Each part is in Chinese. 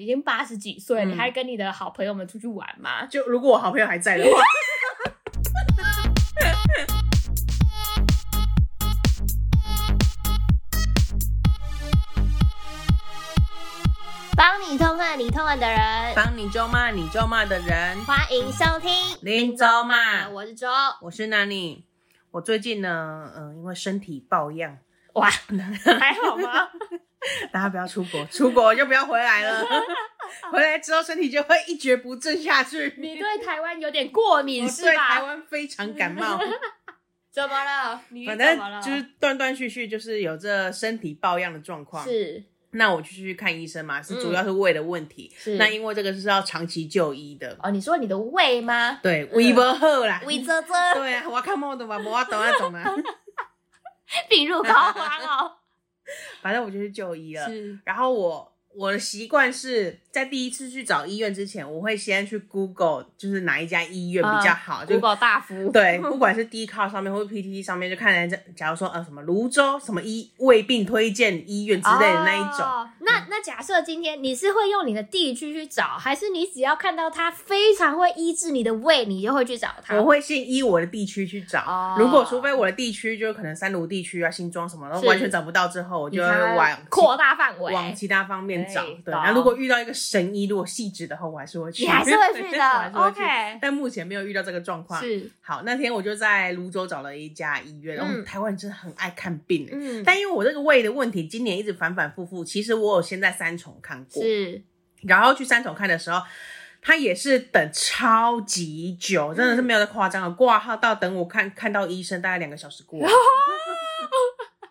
已经八十几岁，你还跟你的好朋友们出去玩吗？就如果我好朋友还在的话，帮你痛恨你痛恨的人，帮你咒骂你咒骂的人，欢迎收听。林咒骂。我是周，我是 Nani，我最近呢，嗯、因为身体抱恙，哇， 还好吗？大家不要出国，出国就不要回来 了，回来之后身体就会一蹶不振下去。你对台湾有点过敏我是对台吧？湾非常感 冒，怎么了？你反怎么了正就是断断续续，就是有这身体抱恙的状况。是那我就去看医生嘛，是嗯主要是胃的问题。是那因为这个是要长期就医的，哦，你说你的胃吗？对，胃不好啦，胃啧啧，对啊，我看梦的嘛，我懂那种啊。 病入膏肓 哦。反正我就去就医了。是然后我我的习惯是在第一次去找医院之前，我会先去 Google，就是哪一家医院比较好，啊就。啊 Google 大夫， 对，不管是 D 靠上面或者 PTT 上面，就看人家，假如说呃什么泸州什么医胃病推荐医院之类的那一种，哦、那那假设今天你是会用你的地区去找，还是你只要看到它非常会医治你的胃，你就会去找它？我会先依我的地区去找。哦如果除非我的地区就可能三芦地区啊、新庄什么，然后是完全找不到之后，我你就才会往扩大范围，往其他方面找。对对，懂那如果遇到一个神医，如果细致的话，我还是会去，你还是 会去我还的。是会去 OK，但目前没有遇到这个状况。是，好，那天我就在泸州找了一家医院，然后嗯台湾人真的很爱看病、欸嗯，但因为我这个胃的问题，今年一直反反复复。其实我有先在三重看过，是然后去三重看的时候，他也是等超级久，真的嗯是没有在夸张了。挂号到等我看看到医生，大概两个小时过了，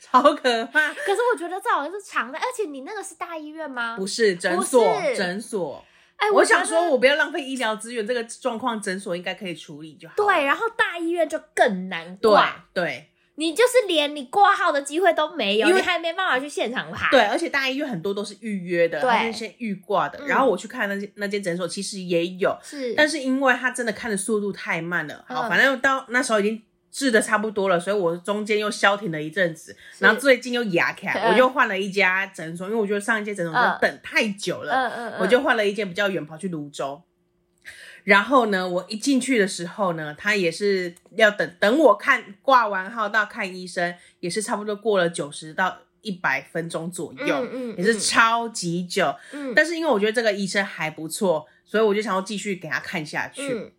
超可怕。可是我觉得这好像是长的，而且你那个是大医院吗？不是诊所不，是诊所。哎，我觉得想说，我不要浪费医疗资源，这个状况诊所应该可以处理就好了。对，然后大医院就更难对挂，对你就是连你挂号的机会都没有，因为你还没办法去现场排。对，而且大医院很多都是预约的，对它是先预挂的。嗯然后我去看那间那间诊所，其实也有，是，但是是因为他真的看的速度太慢了，好，嗯反正到那时候已经治的差不多了，所以我中间又消停了一阵子，然后最近又牙卡，嗯我就换了一家诊所，因为我觉得上一间诊所真的嗯等太久了，嗯嗯嗯，我就换了一间比较远，跑去泸州。然后呢，我一进去的时候呢，他也是要等等我看挂完号到看医生，也是差不多过了九十到一百分钟左右，嗯也是超级久。嗯但是因为我觉得这个医生还不错，所以我就想要继续给他看下去。嗯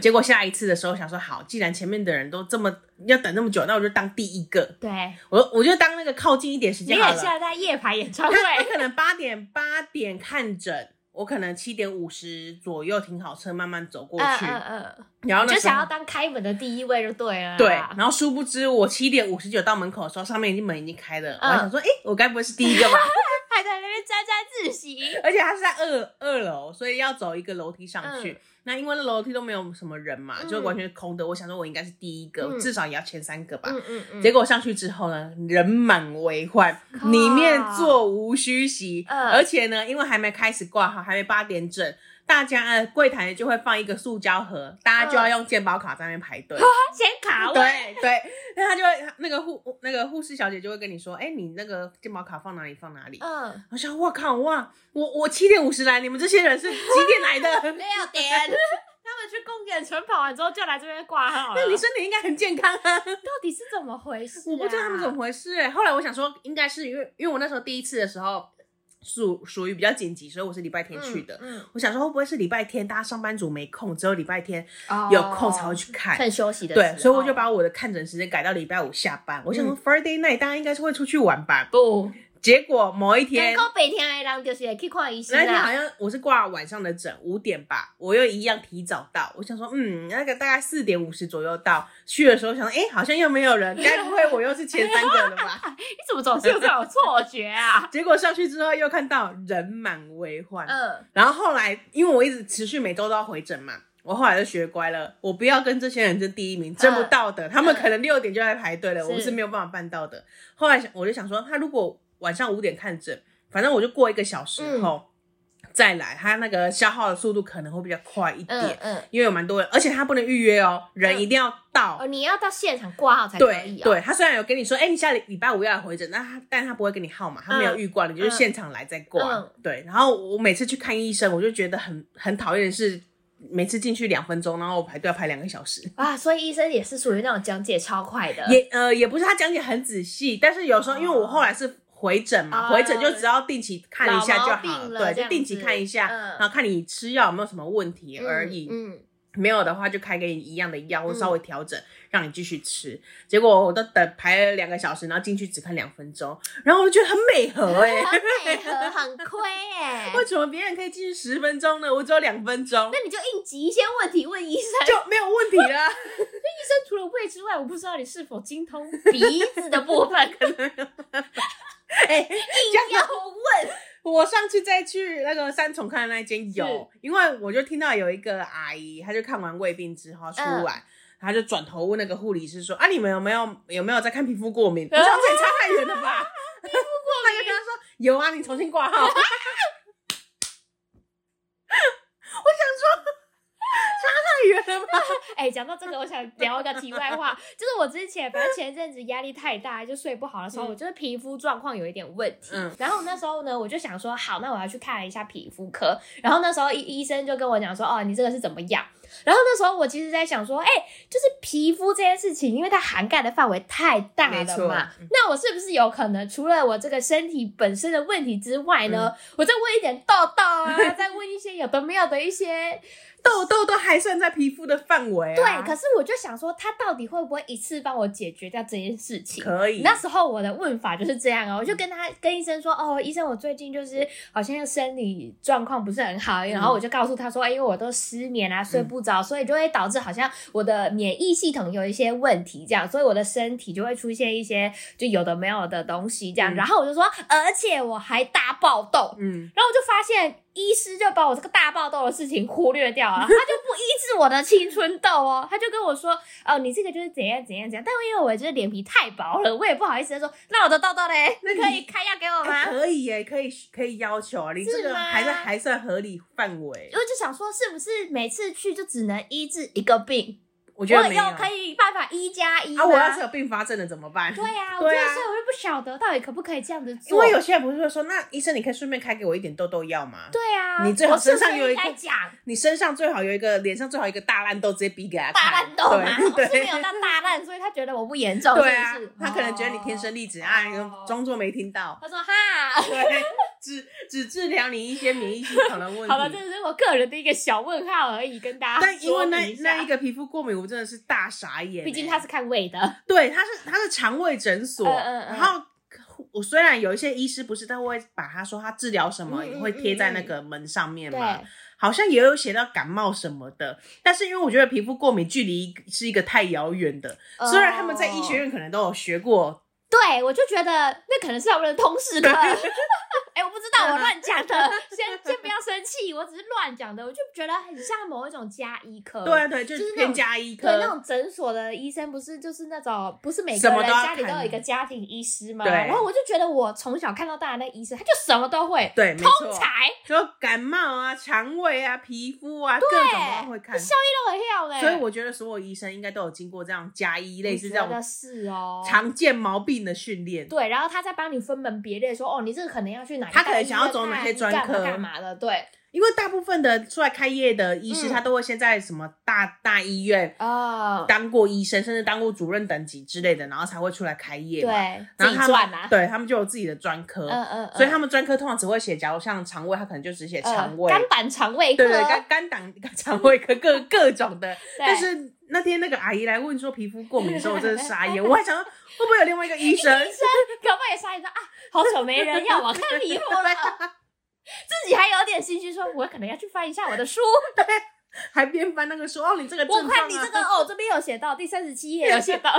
结果下一次的时候想说，好，既然前面的人都这么要等那么久，那我就当第一个，对，我我就当那个靠近一点时你间好也了。现在在夜排演 唱会，他可能八点八点看诊，我可能七点五十左右停好车，慢慢走过去。嗯嗯然后嗯，就那时候想要啊当开门的第一位就对了啦。对，然后殊不知我七点五十九到门口的时候，上面已经门已经开了。嗯我还想说，诶，我该不会是第一个吧？ 还在那边沾沾自喜。而且他是在二二楼，所以要走一个楼梯上去。嗯那因为那楼梯都没有什么人嘛，嗯就完全空的。我想说，我应该是第一个，嗯至少也要前三个吧。嗯嗯嗯，结果果上去之后呢，人满为患靠，啊里面座无虚席，嗯而且呢，因为还没开始挂号，还没八点整，大家呃柜台就会放一个塑胶盒，大家就要用健保卡在那边排队。他先卡位，对对，那他就会那个护那个护士小姐就会跟你说，哎、你那个健保卡放哪里放哪里。 嗯，我想，我靠，哇，我我七点五十来，你们这些人是几点 来的？六点，他们去公园晨跑完之后就来这边挂号了。那你身体应该很健康啊。到底是怎么回事、啊我不知道他们怎么。回事哎、后来我想说，应该是因为因为我那时候第一次的时候属属于比较紧急，所以我是礼拜天去的。嗯，我想说会不会是礼拜天大家上班族没空，只有礼拜天嗯有空才会去看。趁休息的时候嗯对，所以我就把我的看诊时间改到礼拜五下班。我想说 Friday night 大家应该是会出去玩吧。不，结果某一能天，够白天的人就是会去看医生啊那天好啦。像我是挂晚上的诊，五点吧，我又一样提早到。我想说，嗯，那个大概四点五十左右到。去的时候想说，哎、好像又没有人，该不会我又是前三个了吧？你怎么总是有这种错觉啊？结果上去之后又看到人满为 患，嗯，然后后来因为我一直持续每周都要回诊嘛，我后来就学乖了，我不要跟这些人争第一名，争不到的，他们可能六点就在排队了，嗯是我们是没有办法办到的。嗯后来想我就想说，他如果晚上五点看诊，反正我就过一个小时后。再来，它那个消耗的速度可能会比较快一点，嗯嗯，因为有蛮多人，而且它不能预约哦，人一定要到。哦，你要到现场挂号才可对以哦。对，他虽然有跟你说，哎、你下礼礼拜五要来回诊，那他但他不会给你号码，他没有预挂，你就是现场来再挂。嗯对，然后我每次去看医生，我就觉得很很讨厌的是，每次进去两分钟，然后我排队要排两个小时。啊，所以医生也是属于那种讲解超快的，也呃也不是他讲解很仔细，但是有时候因为我后来是回诊嘛，哦回诊就只要定期看一下老就毛好，病了对，这就样定期看一下，子嗯然后看你吃药有没有什么问题嗯而已。嗯，没有的话就开给你一样的药，或嗯稍微调整，让你继续吃。结果我都等排了两个小时，然后进去只看两分钟，然后我就觉得很美和哎、 很美和，很亏哎、为什么别人可以进去十分钟呢？我只有两分钟那你就应急一些问题 问医生，医就没有问题了。生除了胃之外，我不知道你是否精通鼻子的部分，可能 哎、硬要问。我上次再去那个三重看的那一间有，因为我就听到有一个阿姨，她就看完胃病之后出来，她就转头问那个护理师说：“啊，你们有没有有没有在看皮肤 过敏？”我想这也差太远了吧。他就跟她说：“有啊，你重新挂号。”我想说， 差太远了吧？哎、讲到这个，我想聊一个题外 话，就是我之前反正前阵子压力太大，就睡不好的时候，嗯我就是皮肤状况有一点问题。嗯然后那时候呢，我就想说，好，那我要去看一下皮肤科。然后那时候医医生就跟我讲说，哦，你这个是怎么样？然后那时候我其实在想说，哎、就是皮肤这件事情，因为它涵盖的范围太大没了错嘛，那我是不是有可能除了我这个身体本身的问题之外呢，嗯我再问一点痘痘啊，再问一些有的没有的一些 痘痘都还算在皮肤的范围、啊。对，可是我就想说，他到底会不会一次帮我解决掉这件事情？可以。嗯那时候我的问法就是这样啊，我就跟他跟医生说，哦，医生，我最近就是好像生理状况不是很好，嗯然后我就告诉他说，哎、因为我都失眠啊，睡不着，所以就会导致好像我的免疫系统有一些问题，这样，所以我的身体就会出现一些就有的没有的东西这样。嗯然后我就说，而且我还大爆痘，嗯，然后我就发现医师就把我这个大爆痘的事情忽略掉啊 了，他就不医治我的青春痘哦，他就跟我说，哦，你这个就是怎样怎样怎样，但因为我这个脸皮太薄了，我也不好意思说，那我的痘痘嘞，那那你可以开药给我吗 哎？可以耶，可以可以要求啊，你是这个吗还在还算合理范围因。为就想说，是不是每次去就只能医治一个病？我觉我得没有可以办法一加一吗啊，我要是有并发症了怎么办？对呀、我对啊就是所以我就不晓得到底可不可以这样子 因做。为有些人不是会说，那医生你可以顺便开给我一点痘痘药吗？对啊，你最好我是不是身上有一应个该讲你身上最好有一个，脸上最好有一个大烂痘，直接比给他大看。烂痘嘛，我 对是没对有到大烂，所以他觉得我不严重，对啊是不是，他可能觉得你天生丽质啊，你哦装作没听到。他说哈，对，只只治疗你一些免疫系统的问 题。好了，这是我个人的一个小问号而已，跟大家但因为说那明下那一，个皮肤过敏，我真的是大傻眼欸。毕竟他是看胃的，对，他是他是肠胃诊所，嗯嗯嗯然后。我虽然有一些医师不是，他会把他说他治疗什么嗯嗯会贴在那个门上面对，嘛，好像也有写到感冒什么的，但是因为我觉得皮肤过敏距离是一个太遥远的，虽然他们在医学哦，院可能都有学过，对我就觉得那可能是他们的通识课。 哎，我不知道，我乱讲啊的，先先不要生气，我只是乱讲的，我就觉得很像某一种加医科，对啊对，就呃就是是那偏种加医对，那科，种诊所的医生不是就是那种不是每什个么人都要家里都看有一个家庭医师吗？对然后我就觉得我从小看到大的那医生，他就什么都会，对，没通错，才就感冒啊、肠胃啊、皮肤啊，各种都会看，所都很跳嘞。以我觉得所有医生应该都有经过这样加医类似这的种是哦，常见毛病的训练，对，然后他再帮你分门别类，说哦，你这个可能要去哪个他大医院看，可能想要走哪些专科干嘛干嘛的，对，因为大部分的出来开业的医嗯师，他都会先在什么大大医院哦，当过医生，甚至当过主任等级之类的，然后才会出来开业嘛。对，然自后己他赚们、啊，对他们就有自己的专科，嗯嗯，嗯所以他们专科通常只会写，假如像肠胃，他可能就只写呃肠胃，肝胆肠胃科，对对，肝肝胆、肝肠胃科各各种的。但对是那天那个阿姨来问说皮肤过敏的时候，我真的傻 眼，我还想说会不会有另外一个医生？医生搞不好也杀你说啊，好久没人要我看皮肤 了。自己还有点心虚，说我可能要去翻一下我的 书。还边翻那个说哦，你这个症我状、啊，看你这个哦，这边有写到第三十七页有写 到，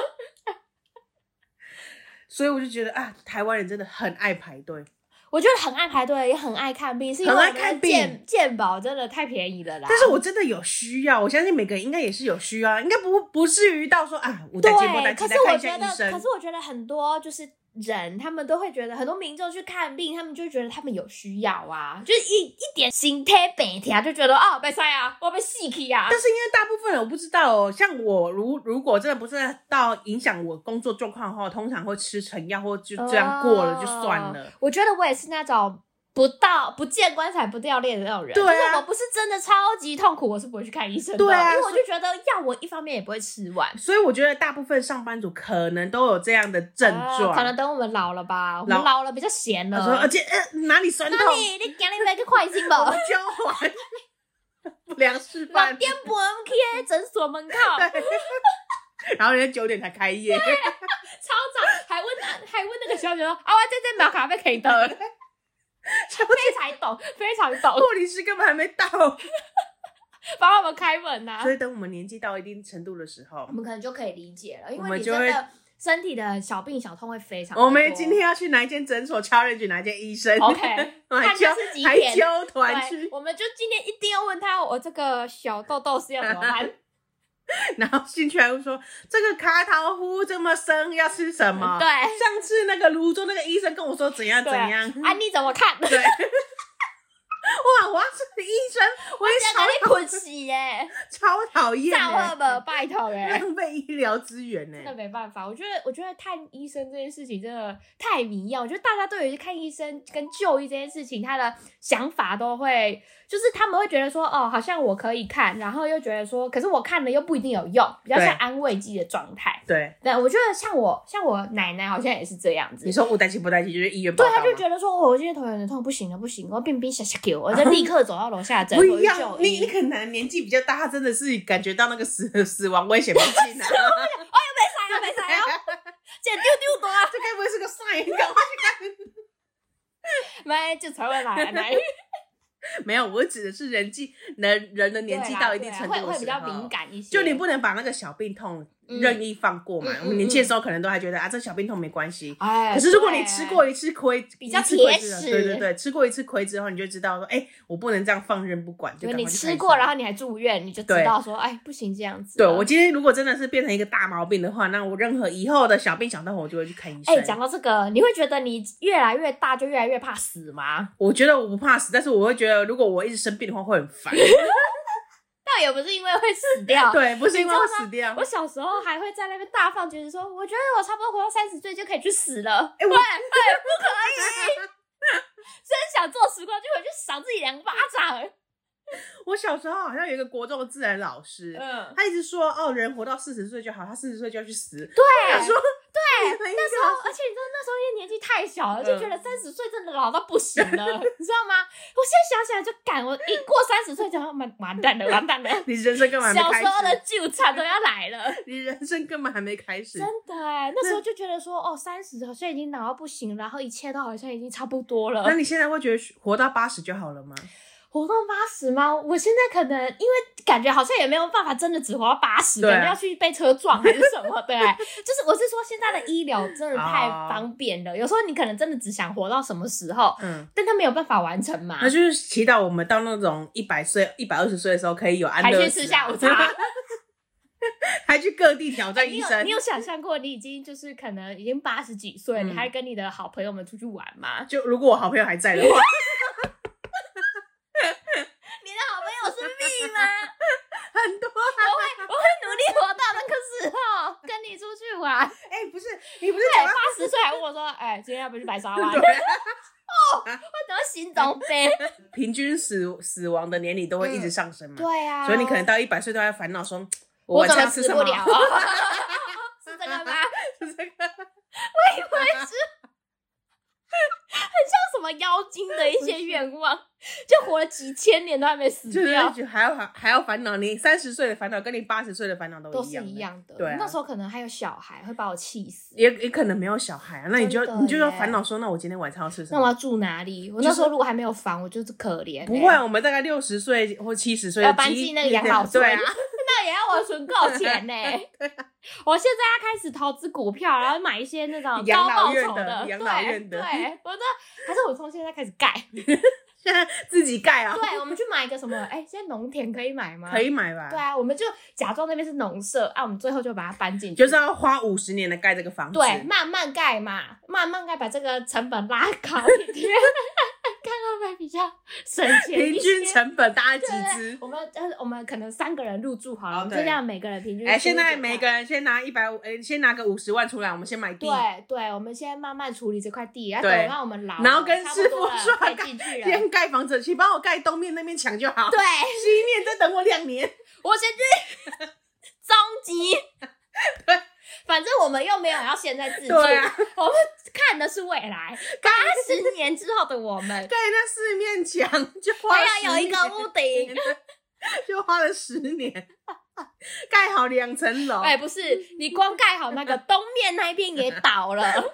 所以我就觉得啊，台湾人真的很爱排队。我觉得很爱排队，也很爱看病，是因为很爱我们的看病健健保真的太便宜了啦。但是我真的有需要，我相信每个人应该也是有需要，应该不不至于到说啊，我在接不对，单可期是来我看一下觉得医，可生是。我觉得很多就是人，他们都会觉得很多民众去看病，他们就觉得他们有需要啊，就是一一点心态北条就觉得哦，被塞啊，我被细气啊但。是因为大部分人我不知道哦，像我如如果真的不是到影响我工作状况的话，我通常会吃成药或就这样过了就算了。哦我觉得我也是那种不到不见棺材不掉泪的那种人，对啊就是我不是真的超级痛苦，我是不会去看医生的，对啊因为我就觉得药我一方面也不会吃完。所以我觉得大部分上班族可能都有这样的症啊可能状。等我们老了吧，我老们老了比较闲他了。说，而且呃哪里酸那痛，你你今日买个快 心我无？交还 不良示老范，店不 去诊所门口，超然后人家九点才开业。早，还问还问那个小姐说：“啊，我这这买咖啡可以得。” 非常懂，非常懂，护理师根本还没到，帮我们开门啊呐、所以等我们年纪到一定程度的时候我，们可能就可以理解了，因我为们你就真会的身体的小病小痛会非常的多。我们今天要去哪一间诊所 challenge 哪一间医生 OK， 还看揪这是几还点揪团对去，， 我们就今天一定要问他，哦我这个小痘痘是要怎么办？ 然后兴趣还会说这个卡桃糊这么深要吃什么？对上次那个泸州那个医生跟我说怎样怎对啊样，啊，你怎么 看？对， 哇，我要是医生，我也在那里 困死耶，超超讨厌、照二欸，本拜托哎。浪费医疗资源欸呢、那没办法，我觉得，我觉得看医生这件事情真的太迷样。我觉得大家对于看医生跟就医这件事情，他的想法都会，就是他们会觉得说，哦，好像我可以看，然后又觉得说，可是我看了又不一定有用，比较对像安慰剂的状态。对， 对，我觉得像我，像我奶奶好像也是这样子你。说不担心不担心，就是医院报对，道她就嘛觉得说，哦我今天头有点痛，不行了，不行了，我冰冰下下给我，我 就立刻走到楼下诊不所一去样就，你医你。可能年纪比较大，他真的是感觉到那个死死亡危险不 近啊。哎呀，没 啥呀，这姐丢丢多啊， 该不会是个 sign？赶快去没就才会来奶奶。看。 没有，我指的是人际人人的年纪对啦到一定对啦啊程度会的会比时较候，敏感一些。就你不能把那个小病痛嗯任意放过嘛。嗯嗯我们年轻的时候可能都还觉得啊，这小病痛没关系。哎，可是如果你对吃过一次亏，比较一次亏铁之后齿对对对，吃过一次亏之后，你就知道说，哎，我不能这样放任不管。就就你赶快去吃看医过，生然后你还住院，你就对知道说，哎，不行这样子对了。我今天如果真的是变成一个大毛病的话，那我任何以后的小病小痛，我就会去看医生。哎，讲到这个，你会觉得你越来越大就越来越怕死吗？我觉得我不怕死，但是我会觉得如果我一直生病的话会很烦。倒也不是因为会 死掉。 对，不是因你知为会道吗死掉我。小时候还会在那边大放厥词说，我觉得我差不多活到三十岁就可以去死了，哎，我真想坐时光机回去赏自己两巴掌。我小时候好像有一个国中的自然老师，嗯，他一直说哦，人活到四十岁就好，他四十岁就要去死。对想说对，那那时候，而且你知道那时候因为年纪太小了，就觉得三十岁真的老到不行 了，你知道吗？我现在想起来就感，我一过三十岁，就完完蛋了，完蛋了。你人生根本还没小开时候的始，纠缠都要来 了，你人生根本还没开始真。的哎，那时候就觉得说，哦，三十好像已经老到不行，然后一切都好像已经差不多了那。你现在会觉得活到八十就好了吗？活到八十吗？我现在可能因为感觉好像也没有办法真的只活到八十，对啊感觉要去被车撞还是什么，对， 就是我是说现在的医疗真的太哦方便了，有时候你可能真的只想活到什么时候，嗯，但他没有办法完成嘛那，就是祈祷我们到那种一百岁、一百二十岁的时候可以有安还乐死啊，去吃下午茶。还去各地挑战你 医有生你。有想象过你已经就是可能已经八十几岁，你嗯还跟你的好朋友们出去玩吗？就如果我好朋友还在的 话，你的好朋友是蜜吗？很多啊。我会努力活到那个时候，跟你出去玩。哎、不是，你不是对，讲到八十岁还问我说：“哎、今天要不要去白沙 湾？”我对怎么心中悲？平均死死亡的年龄都会一直上升嘛，对啊，所以你可能到一百岁都在烦恼说，我我晚怎么上吃死什不么？ 了？ 是这个吗？是这个因为是很像什么妖精的一些愿望，就活了几千年都还没死就是掉，就还要还要烦恼，你三十岁的烦恼跟你八十岁的烦恼都都是一样的一样的。对啊那时候可能还有小孩，会把我气死。也也可能没有小孩啊，那你就真的耶你就要烦恼说，那我今天晚上要吃什那我么？要住哪里？我那时候如果还没有房，我就是可怜欸、不会，我们大概六十岁或七十岁要的搬基进那个养老村， 对啊， 啊那也要我存够钱呢、我现在要开始投资股票，然后买一些那种养高老报院酬的养老院的 对，对，我的还是我从现在开始盖，现在自己盖啊，对，我们去买一个什么？哎，现在农田可以买吗？可。以买吧？对啊，我们就假装那边是农舍啊，我们最后就把它搬进去。就是要花五十年来盖这个房子。对，慢慢盖嘛，慢慢盖，把这个成本拉高一点， 看会不会比较省钱一平均些成本大家集对对对资。我们呃，我们可能三个人入住好了，哦我们就对这样每个人平均。哎、现在每个。人先拿一百五，哎，先拿个五十万出来，我们先买地，对啊对，我们先慢慢处理这块地，然后对等到我们老了，然后跟差不多师傅了说可以进去了。先盖房子，请帮我盖东面那面墙就好，对，西面再等我两年。我先去 终极。 对，反正我们又没有要现在自住，对啊我们看的是未来，八十年之后的我们， 盖那四面墙就花了还要有一个屋10顶年。，就花了十年， 盖好两层楼。哎，不是，你光盖好那个东面那一边也倒 了，所以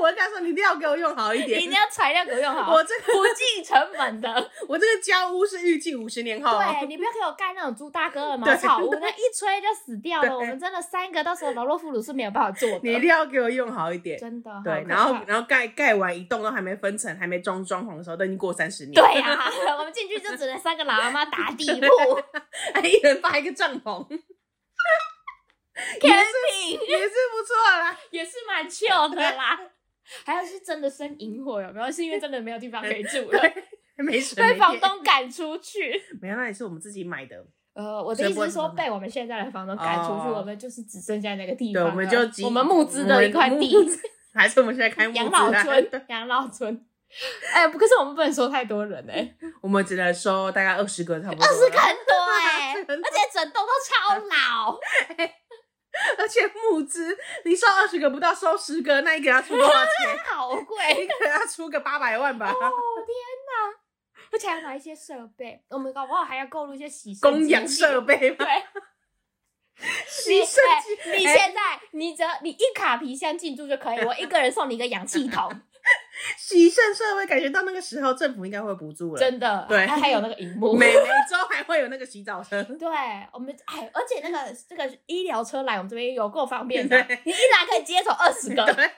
我跟他说，你料给我用好一你一点定。要材料给我用好，我这个不计成本的。我这个交屋是预计五十年后，哦对你不要给我盖那种猪大 哥的茅对草屋，那一吹就死掉对了。我们真的三个到时候老弱妇孺是没有办法做的。你料给我用好一点。真的好对，可然后怕然后盖盖完一栋都还没分层，还没装装潢的时候，都已经过三十年。对啊 呀、我们进去就只能三个老阿妈打地铺啊还哎一人发一个帐篷， camping，也是不错啦。也是蛮 chill 的啦。 还有是真的生萤火有没有？是因为真的没有地方可以住 了，没水没被房电，东赶出去。没有，那也是我们自己买的。呃，我的意思是所以说，不被我们现在的房东赶出去，哦我们就是只剩下那个地对，方了。啊我们就集我们募资的一块地，我们募资 还是我们现在开募资啊养老啦村，养老村。哎、不可是我们不能收太多人哎、我们只能收大概二十个，差不多。二十个，很 多哎、 20个很多而且整栋都超老，而且募资，你收二十个不到，收十个，那你给他出多少 钱？好贵你给他出个八百万吧哦！天，哪！而且还买一些设备，我们搞不好还要购入一些洗肾供养机设备吧 对，，洗你肾哎机你哎现在你只要你一卡皮箱进驻就可以，我一个人送你一个氧气 筒，洗肾设备，感觉到那个时候政府应该会补助了。真的。对还还有那个荧幕。每每周还会有那个洗澡车，对，我们哎，而且那个这个医疗车来我们这边有够方便的，对你一来可以接走二十 个， 对。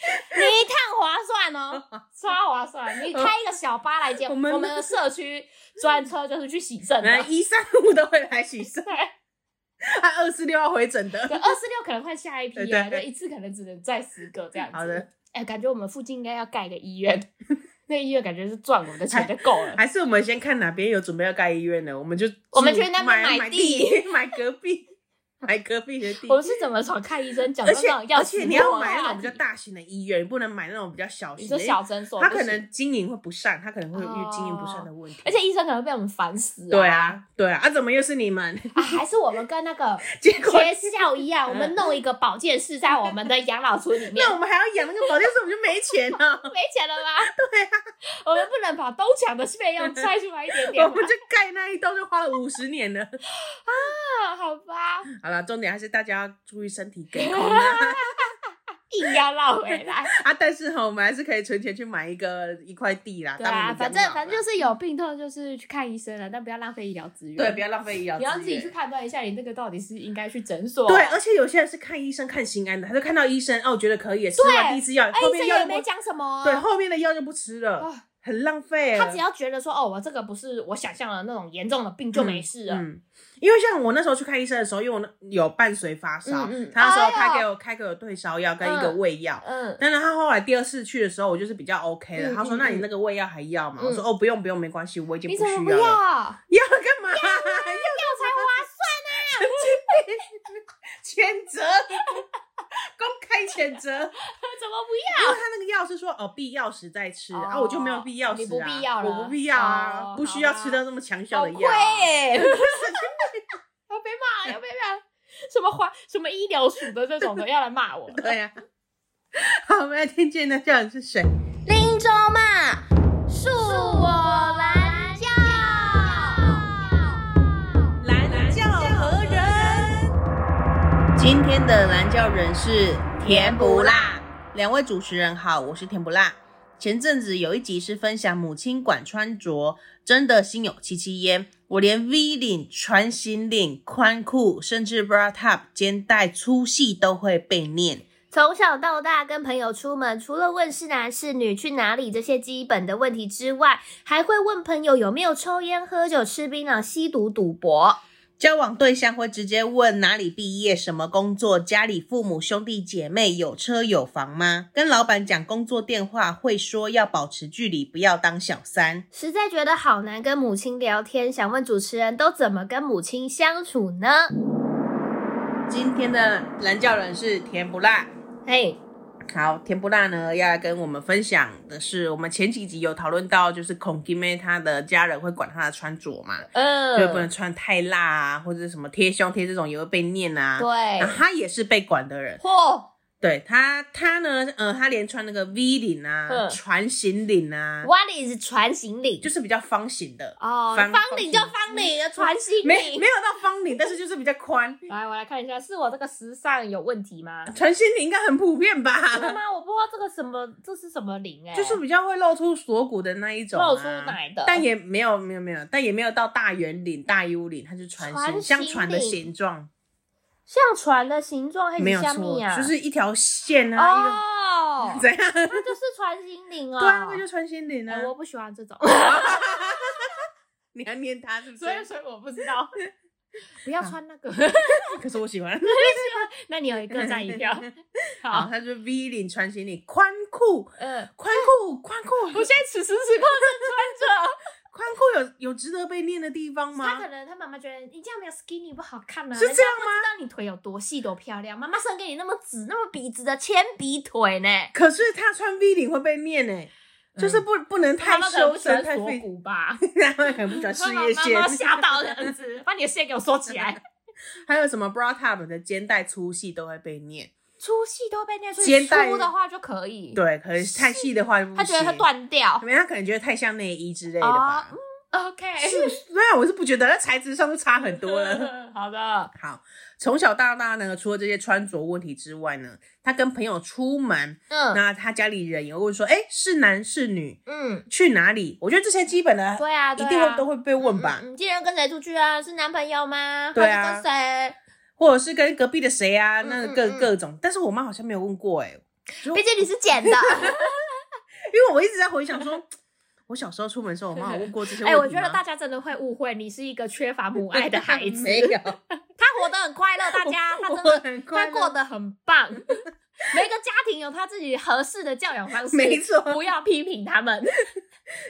你一趟划算 哦，超划算！你开一个小巴来接我我们们的社区专车，就是去洗肾的。来一三五都会来洗肾，对，他二四六要回诊的。 对，二四六可能换下一批对啊，对对，一次可能只能载十个这样子。好的，哎，感觉我们附近应该要盖个医院， 那医院感觉是赚我们的钱就够 了。还是我们先看哪边有准备要盖医院的，我们就我们去那边买买买地，买隔壁，买隔壁的地。我们是怎么从看医生讲到而那且种要而且死你要活的买那种话比较题大型的医院，你不能买那种比较小你型的。说小诊所他不可行，能经营会不善，他可能会有哦经营不善的问题。而且医生可能被我们烦死了。对啊，对啊，啊怎么又是你们？ 啊，还是我们跟那个结果学校一样，我们弄一个保健室在我们的养老村里面那。我们还要养那个保健室，我们就没钱了。 没钱了吗？ 对啊，我们不能把东墙的费用拆出来一点点我吗们？就盖那一栋就花了五十年了。啊，好吧，好了，重点还是大家要注意身体健康啊！ 硬要绕回来。啊，但是哈，我们还是可以存钱去买一个一块地啦。对当我啊，们反养正老啦反正就是有病痛就是去看医生了，但不要浪费医疗资源。对，不要浪费医疗你资源。要自己去判断一下，你那个到底是应该去诊所。对，哎而且有些人是看医生看心安的，他就看到医生哦，觉得可以，吃完第一次药，后哎医面生药也就没不讲什么啊。对，后面的药就不吃了，啊很浪费。他只要觉得说，哦，我这个不是我想象的那种严重的病就没事了。嗯，因为像我那时候去看医生的时候，因为我那有伴随发烧，嗯嗯他那时哎候呦开给我、开给我退烧药跟一个嗯胃药。嗯，但是他后来第二次去的时候，我就是比较 OK 了。嗯他说：“嗯那你那个胃药还要吗？”嗯我说：“哦，不用不用，没关系，我已经你不怎需么不要要？啊了。 药 要干嘛？ 要谴责， 公开谴责。因怎么不要？为他那个药是说哦，必要时再吃，哦啊，我就没有必要吃啊，你不必要了我不必要啊，哦不需要好吧吃到这么强效好的亏药啊。耶、 要被 骂，要被骂，什么花什么医疗署的这种的要来骂我。对呀、 好，我们来听见的叫人是谁？林州骂，恕我蓝教。蓝教何人？今天的蓝教人是甜不辣。两位主持人好，我是甜不辣。前阵子有一集是分享母亲管穿着，真的心有戚戚焉。我连 V 领、穿心领、宽裤，甚至 bra top 肩带粗细都会被念。从小到大跟朋友出门，除了问是男是女、去哪里这些基本的问题之外，嗯还会问朋友有没有抽烟、喝酒、吃槟榔、吸毒、赌博。交往对象会直接问哪里毕业、什么工作、家里父母兄弟姐妹有车有房吗？跟老板讲工作电话会说要保持距离，不要当小三。实在觉得好难跟母亲聊天，想问主持人都怎么跟母亲相处呢？今天的蓝教人是甜不辣。嘿、好，甜不辣呢要来跟我们分享的是，我们前几集有讨论到，就是孔金妹她的家人会管她的穿着嘛，嗯，就不能穿太辣啊，或者是什么贴胸贴这种也会被念啊。对 啊，，她也是被管的人。嚯，对他，他呢，呃，他连穿那个 V 领啊、嗯船型领啊， w h a t is 船型领？就是比较方形的，啊哦，方方领就方领，嗯船型没领没。有到方领，但是就是比较宽。 来我来看一下，是我这个时尚有问题吗？船型领应该很普遍真的吧？吗？我不知道这个什么，这是什么零哎、啊就是比较会露出锁骨的那一种、啊，露出奶的，但也没有没有没有，但也没有到大圆领、大 U 领，它是船船型，型像船的领形状，像船的形状还没是有像错蜜，啊？就是一条线啊，哦 一个 ，怎样？那就是船型领哦。对啊，那就船型领啊哎，我不喜欢 这种，你还念它是不是哎所？以所以我不知 道，不要穿那个。可是我喜欢。 那你有一个占一 票，好， 好，它是 V 领船型领，宽裤嗯。宽裤，宽裤，我现在此时此刻正穿着，宽裤有有值得被念的地方他吗可？能他妈妈觉得你这样没有 skinny 不好看啊，是这样人吗家不知道你腿有多细多漂亮，妈妈生给你那么直，那那么笔直的铅笔腿呢？可是他穿 V 领会被念呢、嗯就是不不能太他们可能修不喜身欢太锁费，骨吧？他们可能不喜欢 事 业妈妈线。吓到这样子， 把你的线给我收起 来。还有什么 bra top 的肩带粗细都会被念，粗细都被念出，肩带粗的话就可以。，对，可能太细的话就不他觉得行它，断啊掉。没有他可能觉得太像内衣之类的吧。 OK，是，虽然我是不觉得，但材质上就差很多了。 好的，好，从小到大呢，除了这些穿着问题之外呢，他跟朋友出门，嗯那他家里人也会问说，哎、是男是女，嗯，去哪里？我觉得这些基本的对啊，一对啊定会都会被问吧，嗯，你今天跟谁出去啊？是男朋友吗？对啊还是跟谁？或者是跟隔壁的谁啊，那嗯各、嗯各种。但是我妈好像没有问过哎、就毕竟你是 捡的。因为我一直在回想说，我小时候出门的时候，我妈有问过这些问哎，题吗我觉得大家真的会误会你是一个缺乏母爱的孩子，没 有，他活得很快乐，大家他 我真的很快他乐过得很棒。 每一个家庭有他自己合适的教养方式，没错不要批评他 们。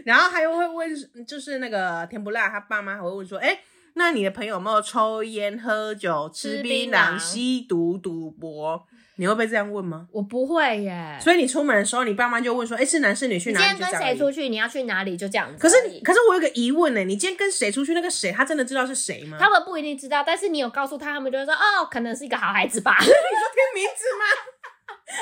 然后还有会问，就是那个甜不辣，他爸妈还会问说，哎、那你的朋友有没有抽烟、喝酒、吃吃槟槟榔、榔吸毒、赌博？你会被这样问吗？我不会耶，所以你出门的时候，你爸妈就问说，哎、是男是女去你今哪里？天就跟这样而谁已出去？你要去哪里？就这样子。可是你，可是我有个疑问呢、欸你今天跟谁出去？那个谁，他真的知道是谁吗？他们不一定知道，但是你有告诉他，他们就会说哦，可能是一个好孩子 吧。听名字吗？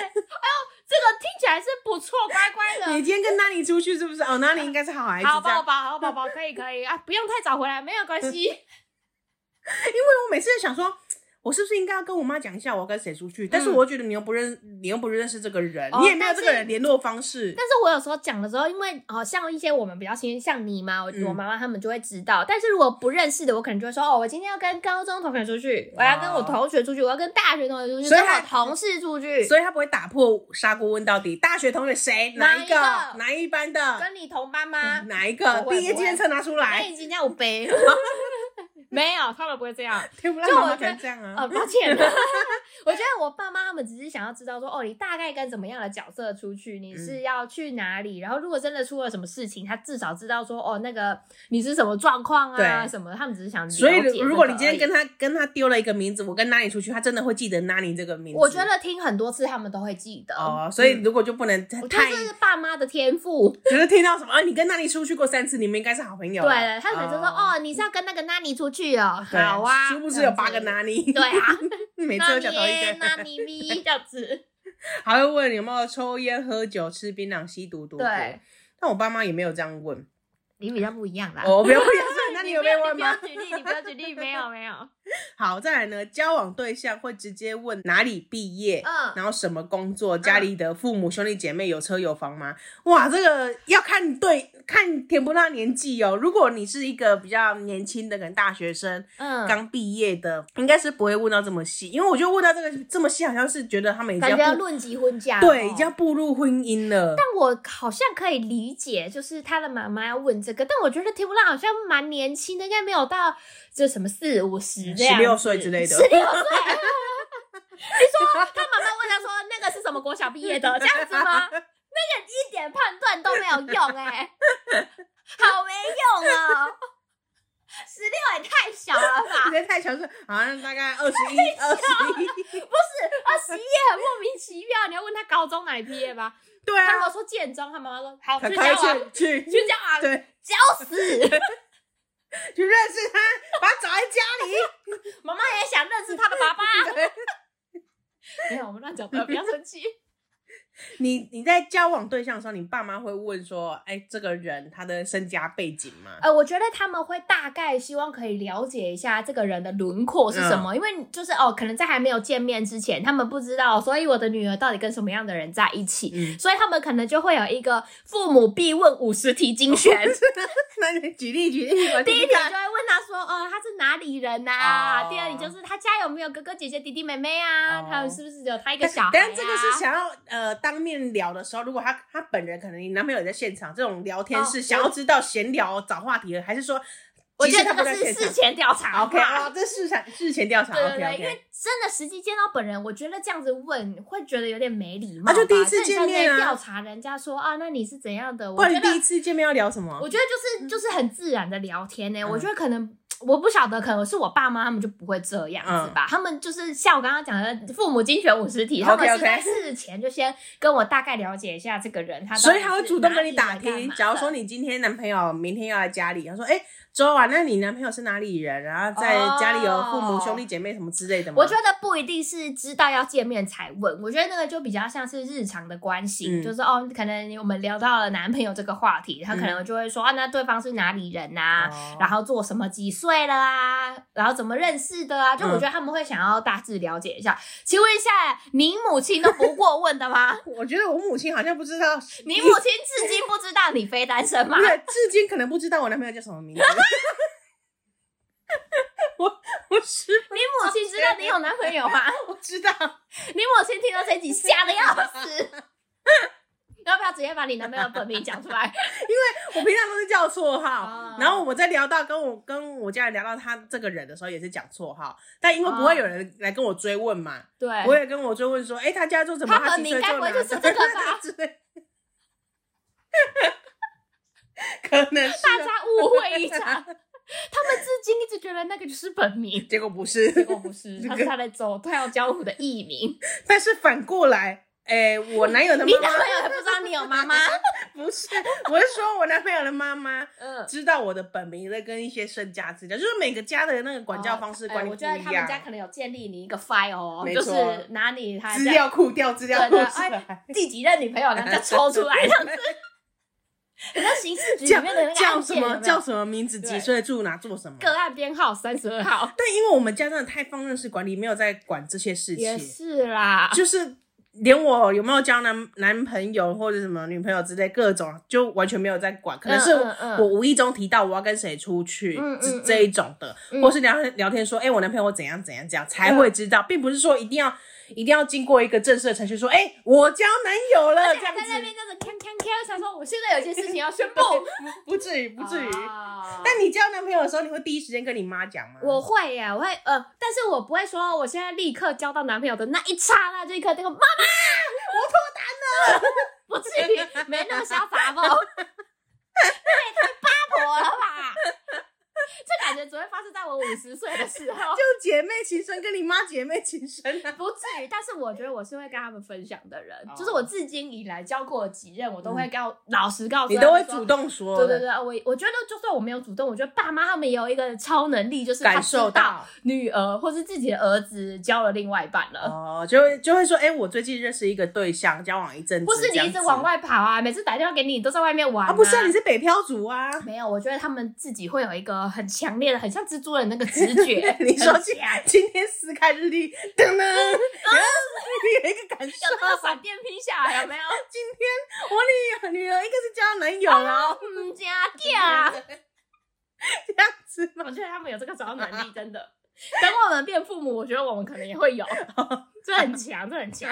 这个听起来是不错，乖 乖的。你今天跟那里出去是不是？哦，那里应该是好孩子好这样宝。宝，好宝宝，可以可以啊，不用太早回来，没有关系。因为我每次想说，我是不是应该要跟我妈讲一下我要跟谁出去？但是我觉得你又不认，你又不认识这个人，嗯哦你也没有但这是个人联络方式。但是我有时候讲的时候，因为哦，像一些我们比较亲，像你嘛，我、嗯我妈妈他们就会知道。但是如果不认识的，我可能就会说哦，我今天要跟高中同学出去，我要跟我同学出去，我要跟大学同学出去，哦所以跟他我同 事出去，所以他不会打破砂锅问到底。大学同学谁？哪哪一一个哪一班的？跟你同班哎吗？哪一个？不会哎毕业纪念册拿出那来。已经叫 背。没有，他们不会这样。听不到就妈我妈觉得才这样啊呃，。抱歉，我觉得我爸妈他们只是想要知道说，哦，你大概跟怎么样的角色出去，你嗯是要去哪里，然后如果真的出了什么事情，他至少知道说，哦，那个你是什么状况啊， 对什么，他们只是想了解所以这个而已。如果你今天跟他跟他丢了一个名字，我跟哪里出去，他真的会记得哪里这个名字。我觉得听很多次，他们都会记得。哦，所以嗯如果就不能太我觉得这是爸妈的天赋。觉得听到什么，啊你跟那里出去过三次，你们应该是好朋友对了。了，他可能就说，哦，你是要跟那个 n 妮出去哦，啊对好啊。殊不知有八个这样哪里。子。对啊， 每次那都你讲到一耶，那个，你咪这样子。 还会问你有没有抽烟、喝酒、吃槟榔、吸毒、赌博。对，但我爸妈也没有这样问。哦你比较不一样啦。我没有问，那你有不被要问吗？啊 你不要举例，你不要举例，没有没 有。好，再来呢，交往对象会直接问哪里毕业，嗯然后什么工作，家里的父母、兄弟姐妹有车有房吗？哇，这个要看对看填不到年纪哦。如果你是一个比较年轻的，可能大学生嗯，刚毕业的，应该是不会问到这么细，因为我觉得问到这个这么细，好像是觉得他们已经感觉要要步论及婚嫁了哦对，已经要步入婚姻了。但我好像可以理解，就是他的妈妈要问这个，但我觉得田不浪好像蛮年轻的，应该没有到就什么四五十这样， 16岁之类的十六岁。你说他妈妈问他说那个是什么国小毕业 的这样子吗？那个一点判断都没有用哎、好没用哦，十六也太小了吧实？在太强势，好像大概二十一、二十一，不是二十一也很莫名其妙，你要问他高中哪里毕业吧？对他如啊，果说建中，他妈妈说好赶去快交往，去 去去交往。对，绞死！去认识他，把他找在家里。妈妈也想认识他的爸爸。 没有，我们乱讲的，不要生气。你你在交往对象的时候，你爸妈会问说，哎、这个人他的身家背景吗？ 呃，我觉得他们会大概希望可以了解一下这个人的轮廓是什么，因为就是哦，可能在还没有见面之前，他们不知道，所以我的女儿到底跟什么样的人在一起。嗯，所以他们可能就会有一个父母必问五十题精选， 那你举例举例，我第一听题听就会看。问他说，哦，他是哪里人呐、啊哦第二题就是他家有没有哥哥姐姐弟弟妹妹啊？哦他们是不是只有他一个但小孩、啊？但这个是想要呃当面聊的时候，如果他他本人可能你男朋友也在现场，这种聊天哦是想要知道闲聊找话题的，还是说我即觉使得他这不个在是现事场前调查？OK 好不好啊，这是事前事前调查对对，OK 对，因 OK 为。真的实际见到本人，我觉得这样子问会觉得有点没礼貌吧。那就第一次这很像见面啊在调查人家说啊，那你是怎样的？不我觉然第得一，次见面要聊什么？我觉得就是就是很自然的聊天呢、啊嗯我觉得可能。我不晓得，可能是我爸妈他们就不会这样子吧。他们就是像我刚刚讲的父母精选五十题，他们是嗯 OK，OK 在事前就先跟我大概了解一下这个人，他到底所以他会是主动跟你哪里打人干听。嘛假如的说你今天男朋友明天要来家里，他说：“哎、周啊，那你男朋友是哪里人？然后在家里有父母、哦兄弟姐妹什么之类的吗？”我觉得不一定是知道要见面才问，我觉得那个就比较像是日常的关系，嗯就是哦，可能我们聊到了男朋友这个话题，他可能嗯就会说、啊，那对方是哪里人啊呐、哦然后做什么几岁了啊，然后怎么认识的啊，就我嗯觉得他们会想要大致了解一下。请问一下，您母亲都不过问的吗？我觉得我母亲好像不知道，你母亲至今不知道你非单身吗？ 对，至今可能不知道我男朋友叫什么名字。我我是你母亲知道你有男朋友啊吗？我知道， 你母亲听到这集吓得要死， 要不要直接把你男朋友的本名讲出 来？我平常都是叫绰号，哦然后我在聊到跟我跟我家人聊到他这个人的时候，也是讲绰号，但因为不会哦有人来跟我追问嘛，对，我也跟我追问说，哎、他家做什么？他本名几岁该做不会就哪是这个吧之类 可能是大哦，家误会 一场，他们至今一直觉得那个就是本 名，结果不是，结哦果不是，这个他是他的走跳江湖的艺名。但是反过来，哎、我男友的你妈男朋妈友也不知道你有妈妈， 不是，我是说我男朋友的妈妈。嗯。知道我的本名的跟一些身家资料，就是每个家的那个管教方式、哎管理我不觉得他一们家样，可能有建立你一个 file，哦没就错是拿你他资家料库调资料对库对，出来哎，，第几任女朋友，然后 再 抽出来，这样子，很像刑事局里叫面的那个叫案什件有没么有叫什么名字，对几岁住哪做什么。个案编号三 十二号，但因为我们家真的太放任式管理，没有在管这些事也情，是啦，就是连我有没有交男男朋友或者什么女朋友之类各种，就完全没有在管。可能是嗯嗯嗯我无意中提到我要跟谁出去，嗯嗯这嗯这一种的，嗯或是聊天聊天说，哎、我男朋友我怎样怎样怎样才会知道，并不是说一定要一定要经过一个正式的程序说，哎、我交男友了这样还在那子，边那个锵锵锵，想说我现在有件事情要宣布，不不至于不至于。啊 但你交男朋友的时候，你会第一时间跟你妈讲吗？我会耶，我会呃，但是我不会说我现在立刻交到男朋友的那一刹那就立刻那个妈妈，我脱单 了，不至于没那么潇 洒吧？那也 太八婆了吧？这感觉只会发生在我五十岁的时候就。姐妹情深，跟你妈姐妹情深啊。不至于，但是我觉得我是会跟他们分享的人，哦嗯就是我至今以来交过的几任，我都会告、老实告诉 你他们都会说主动说，对对，对，我我觉得就算我没有主动，我觉得爸妈他们也有一个超能力，就是他感知受道到女儿或是自己的儿子交了另外一半了。哦，就会就会说，哎、我最近认识一个对象，交往一阵子，啊不是你一直往外跑啊，每次打电话给你都在外面玩啊？不是啊，你是北漂族啊？。没有，我觉得他们自己会有一个很强烈得很像蜘蛛人那个直觉 你说很今强今天撕开日历，噔 啊噔，有一个感受。有那个闪电劈下 来有没有？今天我女女儿一个是交男友了，嗯，真假？ 这样子吗？我觉得他们有这个找能力，真的。等我们变父母，我觉得我们可能也会有， 这很强，这很强。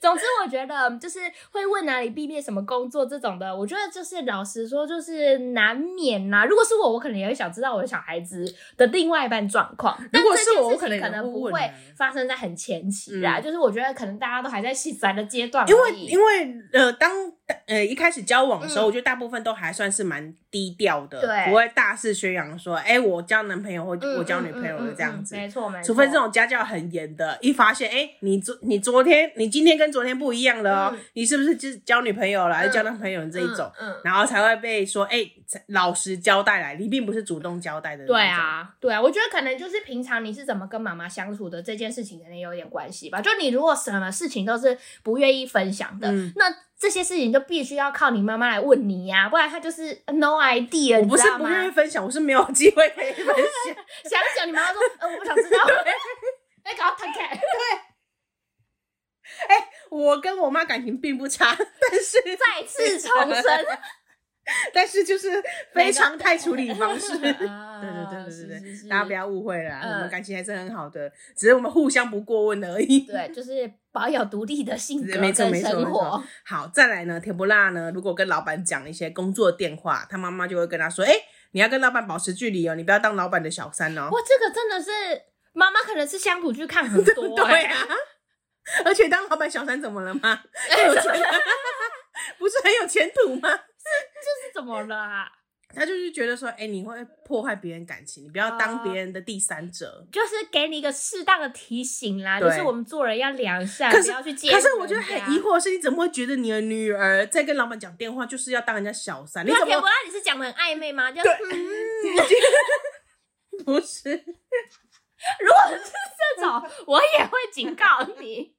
总之，我觉得就是会问哪里毕业、什么工作这种的，我觉得就是老实说，就是难免啦、如果是我，我可能也会想知道我的小孩子的另外一半状况。如果是我但这件事情我可能也可能会不问会啊发生在很前期啦，嗯就是我觉得可能大家都还在细宅的阶段而已，因为因为呃，当呃一开始交往的时候，嗯我觉得大部分都还算是蛮低调的，对不会大肆宣扬说，哎、我交男朋友或嗯我交女嗯朋友嗯了嗯这样嗯子。没错没错，除非这种家教很严的，一发现，哎、你昨你昨天你今天跟昨天不一样了哦，嗯你是不是就是交女朋友了，还是嗯交男朋友这一种，嗯，嗯然后才会被说，哎、老实交代来，你并不是主动交代的。对，啊，对啊，我觉得可能就是平常你是怎么跟妈妈相处的这件事情，可能有点关系吧。就你如果什么事情都是不愿意分享的，嗯那这些事情就必须要靠你妈妈来问你呀、不然她就是 no idea，我嗯你不知是道不吗？愿意分享，我是没有机会可以分享。 想想你妈妈说，呃，我不想知道，哎，搞他开，我跟我妈感情并不差，但是再次重生， 但是就是非常态处理方 式。对对对对对啊是是大家不要误会啦，嗯我们感情还是很好的，只是我们互相不过问而已。对，就是保有独立的性格没错跟没错生没错活，好，再来呢，甜不辣呢，如果跟老板讲一些工作电话，他妈妈就会跟他说：“哎、你要跟老板保持距离哦，你不要当老板的小三哦。哇，这个真的是妈妈可能是乡土剧看很”多、 对哎啊，而且当老板小三怎么了吗？很 有前不是很有前途吗？是怎么了啊？他就是觉得说：“哎、你会破坏别人感情，你不要哦当别人的第三者。就是给你一个适当的提醒啦，对啊就是我们做人要良善，可是不要去介意可人家。是我觉得很疑惑，是你怎么会觉得你的女儿在跟老板讲电话就是要当人家小三？你那怎田么伯拉你是讲的很暧昧吗？就对嗯 不是？如果是这种， 我也会警告你。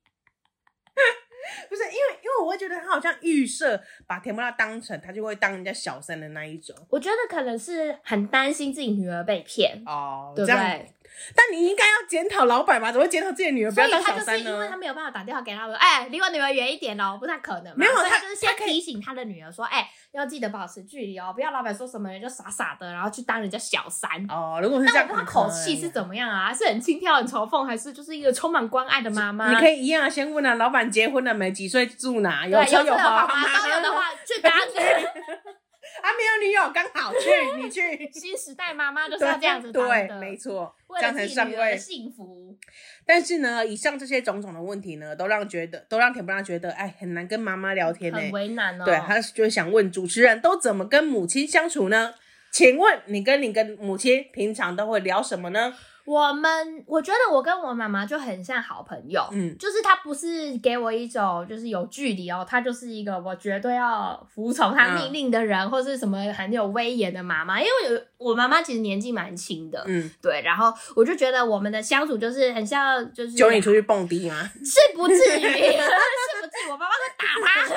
不是因为，因为我会觉得他好像预设把甜不辣当成他就会当人家小三的那一种我觉得可能是很担心自己女儿被骗，哦对不这样对，？但你应该要检讨老板吧？怎么会检讨自己的女儿不所要以当他小就是三因为他呢？没有办法打电话给他们，哎，离我女儿远一点哦，不太可能嘛。没有所以他他就是先他可以提醒他的女儿说，哎，要记得保持距离哦，不要老板说什么人就傻傻的，然后去当人家小三。哦，如果是这那样，我不知道口气可是能怎么样啊？是很轻佻、很嘲讽，还是就是一个充满关爱的妈妈？你可以一样先问啊，老板结婚了没？几岁住哪？有对，车有有房房吗？都有的话，去 打你。啊，没有女友刚好去，你去。新时代妈 妈就是要这样子当对，的，没错，为这样了自才己上女儿的位。幸福。但是呢，以上这些种种的问题呢，都让觉得都让甜不辣觉得，哎，很难跟妈妈聊天呢、欸很为难哦。对，他就想问主持人都怎么跟母亲相处呢？请问你跟你跟母亲平常都会聊什么呢？我们我觉得我跟我妈妈就很像好朋友，嗯，就是她不是给我一种就是有距离哦，她就是一个我绝对要服从嗯她命令的人，或是什么很有威严的妈妈。因为有我妈妈其实年纪蛮轻的，嗯，对，然后我就觉得我们的相处就是很像就是揪你出去蹦迪 吗？是不至于，是不至于，我妈妈会打 他。所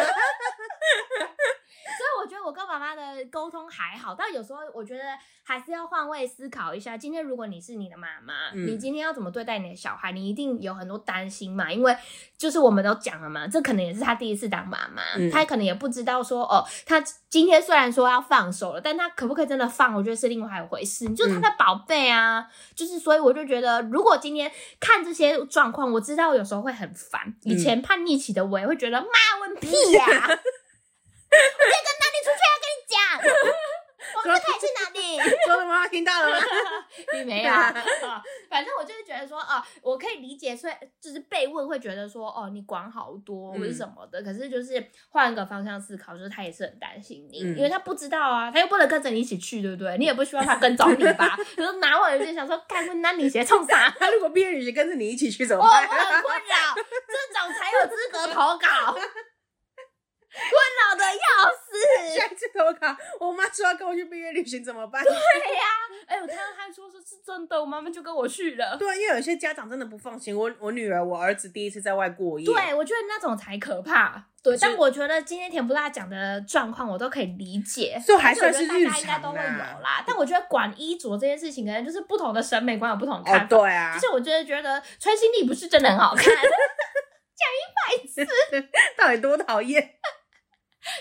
以我觉得我跟妈妈的沟通还好，但有时候我觉得还是要换位思考一下。今天如果你是你的妈妈，嗯你今天要怎么对待你的小孩，你一定有很多担心嘛，因为就是我们都讲了嘛，这可能也是他第一次当妈妈，嗯他可能也不知道说哦，他今天虽然说要放手了，但他可不可以真的放，我觉得是另外一回事。就是他的宝贝啊，就是所以我就觉得，如果今天看这些状况，我知道有时候会很烦。以前叛逆期的我也会觉得，妈问屁呀、我今天跟哪里出去要啊跟你讲，我们这可以去哪里？说的妈妈听到了吗？并没有、 啊反正我就是觉得说，哦，我可以理解，所以就是被问会觉得说，哦，你管好多或者什么的。可是就是换一个方向思考，就是他也是很担心你，嗯因为他不知道啊，他又不能跟着你一起去，对不对？你也不希望他跟着你吧？ 然后拿我有点想说，干问那你鞋冲啥？ 他如果毕业旅行跟着你一起去怎么 哦，我办？很困 扰，这种才有资格投稿，困扰的要死。子。 下一次投稿，我妈说要跟我去毕业旅行怎么办？对呀、哎、我看到他说说是真的，我妈妈就跟我去了。对，因为有些家长真的不放心。我我女儿、我儿子第一次在外过夜，对，我觉得那种才可怕。对，是但我觉得今天甜不辣讲的状况，我都可以理解。所以还而且算我觉是得大日家应该常啊哦都会有啦。啦，但我觉得管衣着这件事情，可能就是不同的审美观有不同的哦看，法。对啊就，是我觉得觉得穿新衣不是真的很好 看，到底多讨厌？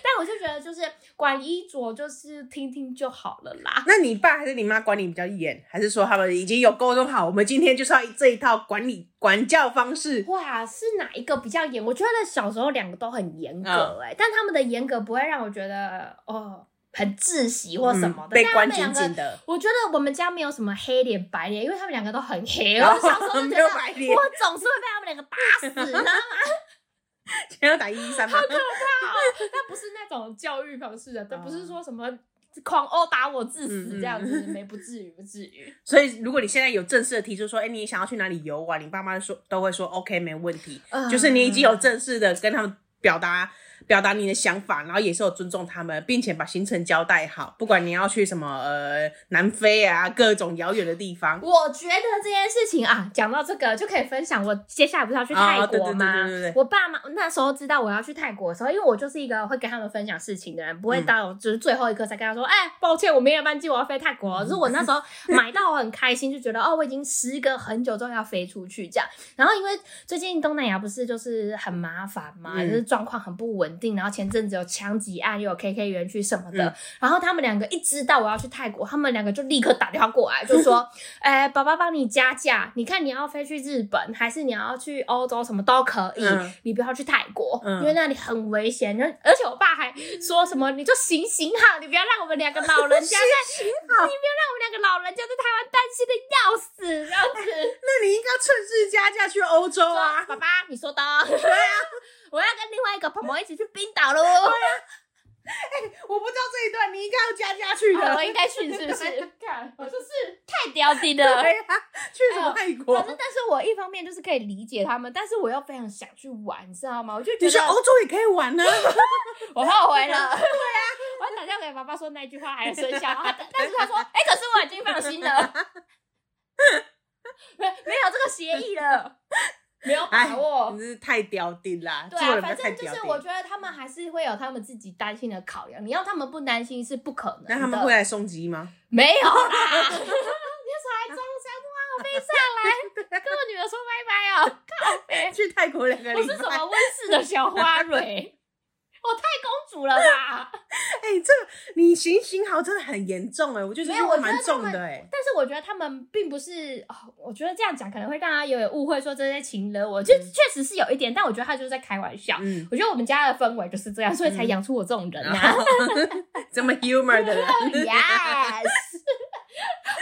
但我就觉得就是管衣着就是听听就好了 啦。那你爸还是你妈管你比较严，还是说他们已经有沟通好？我们今天就是要这一套管理管教方式。哇，是哪一个比较严？我觉得小时候两个都很严嗯格哎、但他们的严格不会让我觉得哦很窒息或什么嗯的。被但他关们紧两个紧的，我觉得我们家没有什么黑脸白脸，因为他们两个都很黑。 然我小时候后就没觉有得，白脸，嗯我总是会被他们两个打死，啊你知道吗？今天要打一一三吗？但不是那种教育方式的，都哦不是说什么狂殴打我致死这样子嗯，没不至于，不至于。 所以如果你现在有正式的提出说，哎、你想要去哪里游玩，你爸妈说都会说 OK，没问 题，就是你已经有正式的跟他们表达表达你的想法，然后也是有尊重他们，并且把行程交代好，不管你要去什么呃南非啊各种遥远的地方。我觉得这件事情啊，讲到这个就可以分享。我接下来不是要去泰啊对国对对吗？对对对我爸妈那时候知道我要去泰国的时候，因为我就是一个会跟他们分享事情的人，不会嗯到就是最后一刻才跟他说，哎、抱歉，我明天有班机，我要飞泰国。嗯就是我那时候买到我很开心，就觉得哦，我已经时隔很久终于要飞出去这样。然后因为最近东南亚不是就是很麻烦嘛，嗯就是状况很不稳定，然后前阵子有枪击案，又有 KK 园区什么的，嗯然后他们两个一知道我要去泰国，他们两个就立刻打电话过来，就 说：“哎，爸爸帮你加价，你看你要飞去日本，还是你要去欧洲，什么都可以，嗯你不要去泰国，嗯因为那里很危险。然后而且我爸还说什么，你就行行好，你不要让我们两个老人 家在，你不要让我们两个老人家在台湾担心的要死，这样 子。”那你应该趁势加价去欧洲啊说，爸爸，你 说的、哦。对啊，我要跟另外一个朋友一起去冰岛喽。哎啊我不知道这一段你应该要加价去哦的，我应该去是不是？看，我就是太屌底了。 对啊，去什么泰国？哎反正，但是我一方面就是可以理解他们，但是我又非常想去玩，你知道吗？我就觉你哦去得欧洲也可以玩啊呢、我 后悔了。对啊，我还打电话给爸爸说那句话还有生效，他但是他说，哎、可是我已经放心 了，没 没有这个协 议了，没有把握哎你。真是太屌定啦！对做啊，人不要反太正就屌是定。我觉得他们还是会有他们自己担心的考量。你要他们不担心是不可能的。那他们会啊来送机吗？没有啦？你那时候还装山哇，飞啊上 来跟我女儿说拜拜哦。去泰国两个我礼是什拜么？温室的小花 蕊？我哦太公主了 吧？哎、这个你行行好真的很严重哎、我觉得这没句有话我觉得蛮重他的们哎、但是我觉得他们并不是，哦、我觉得这样讲可能会让他有点误会，说这些情惹我，就确实是有一点，但我觉得他就是在开玩笑。嗯， 我觉得我们家的氛围就是这样，所以才嗯养出我这种人 啊呐、然 后这么 humor 的人， yes，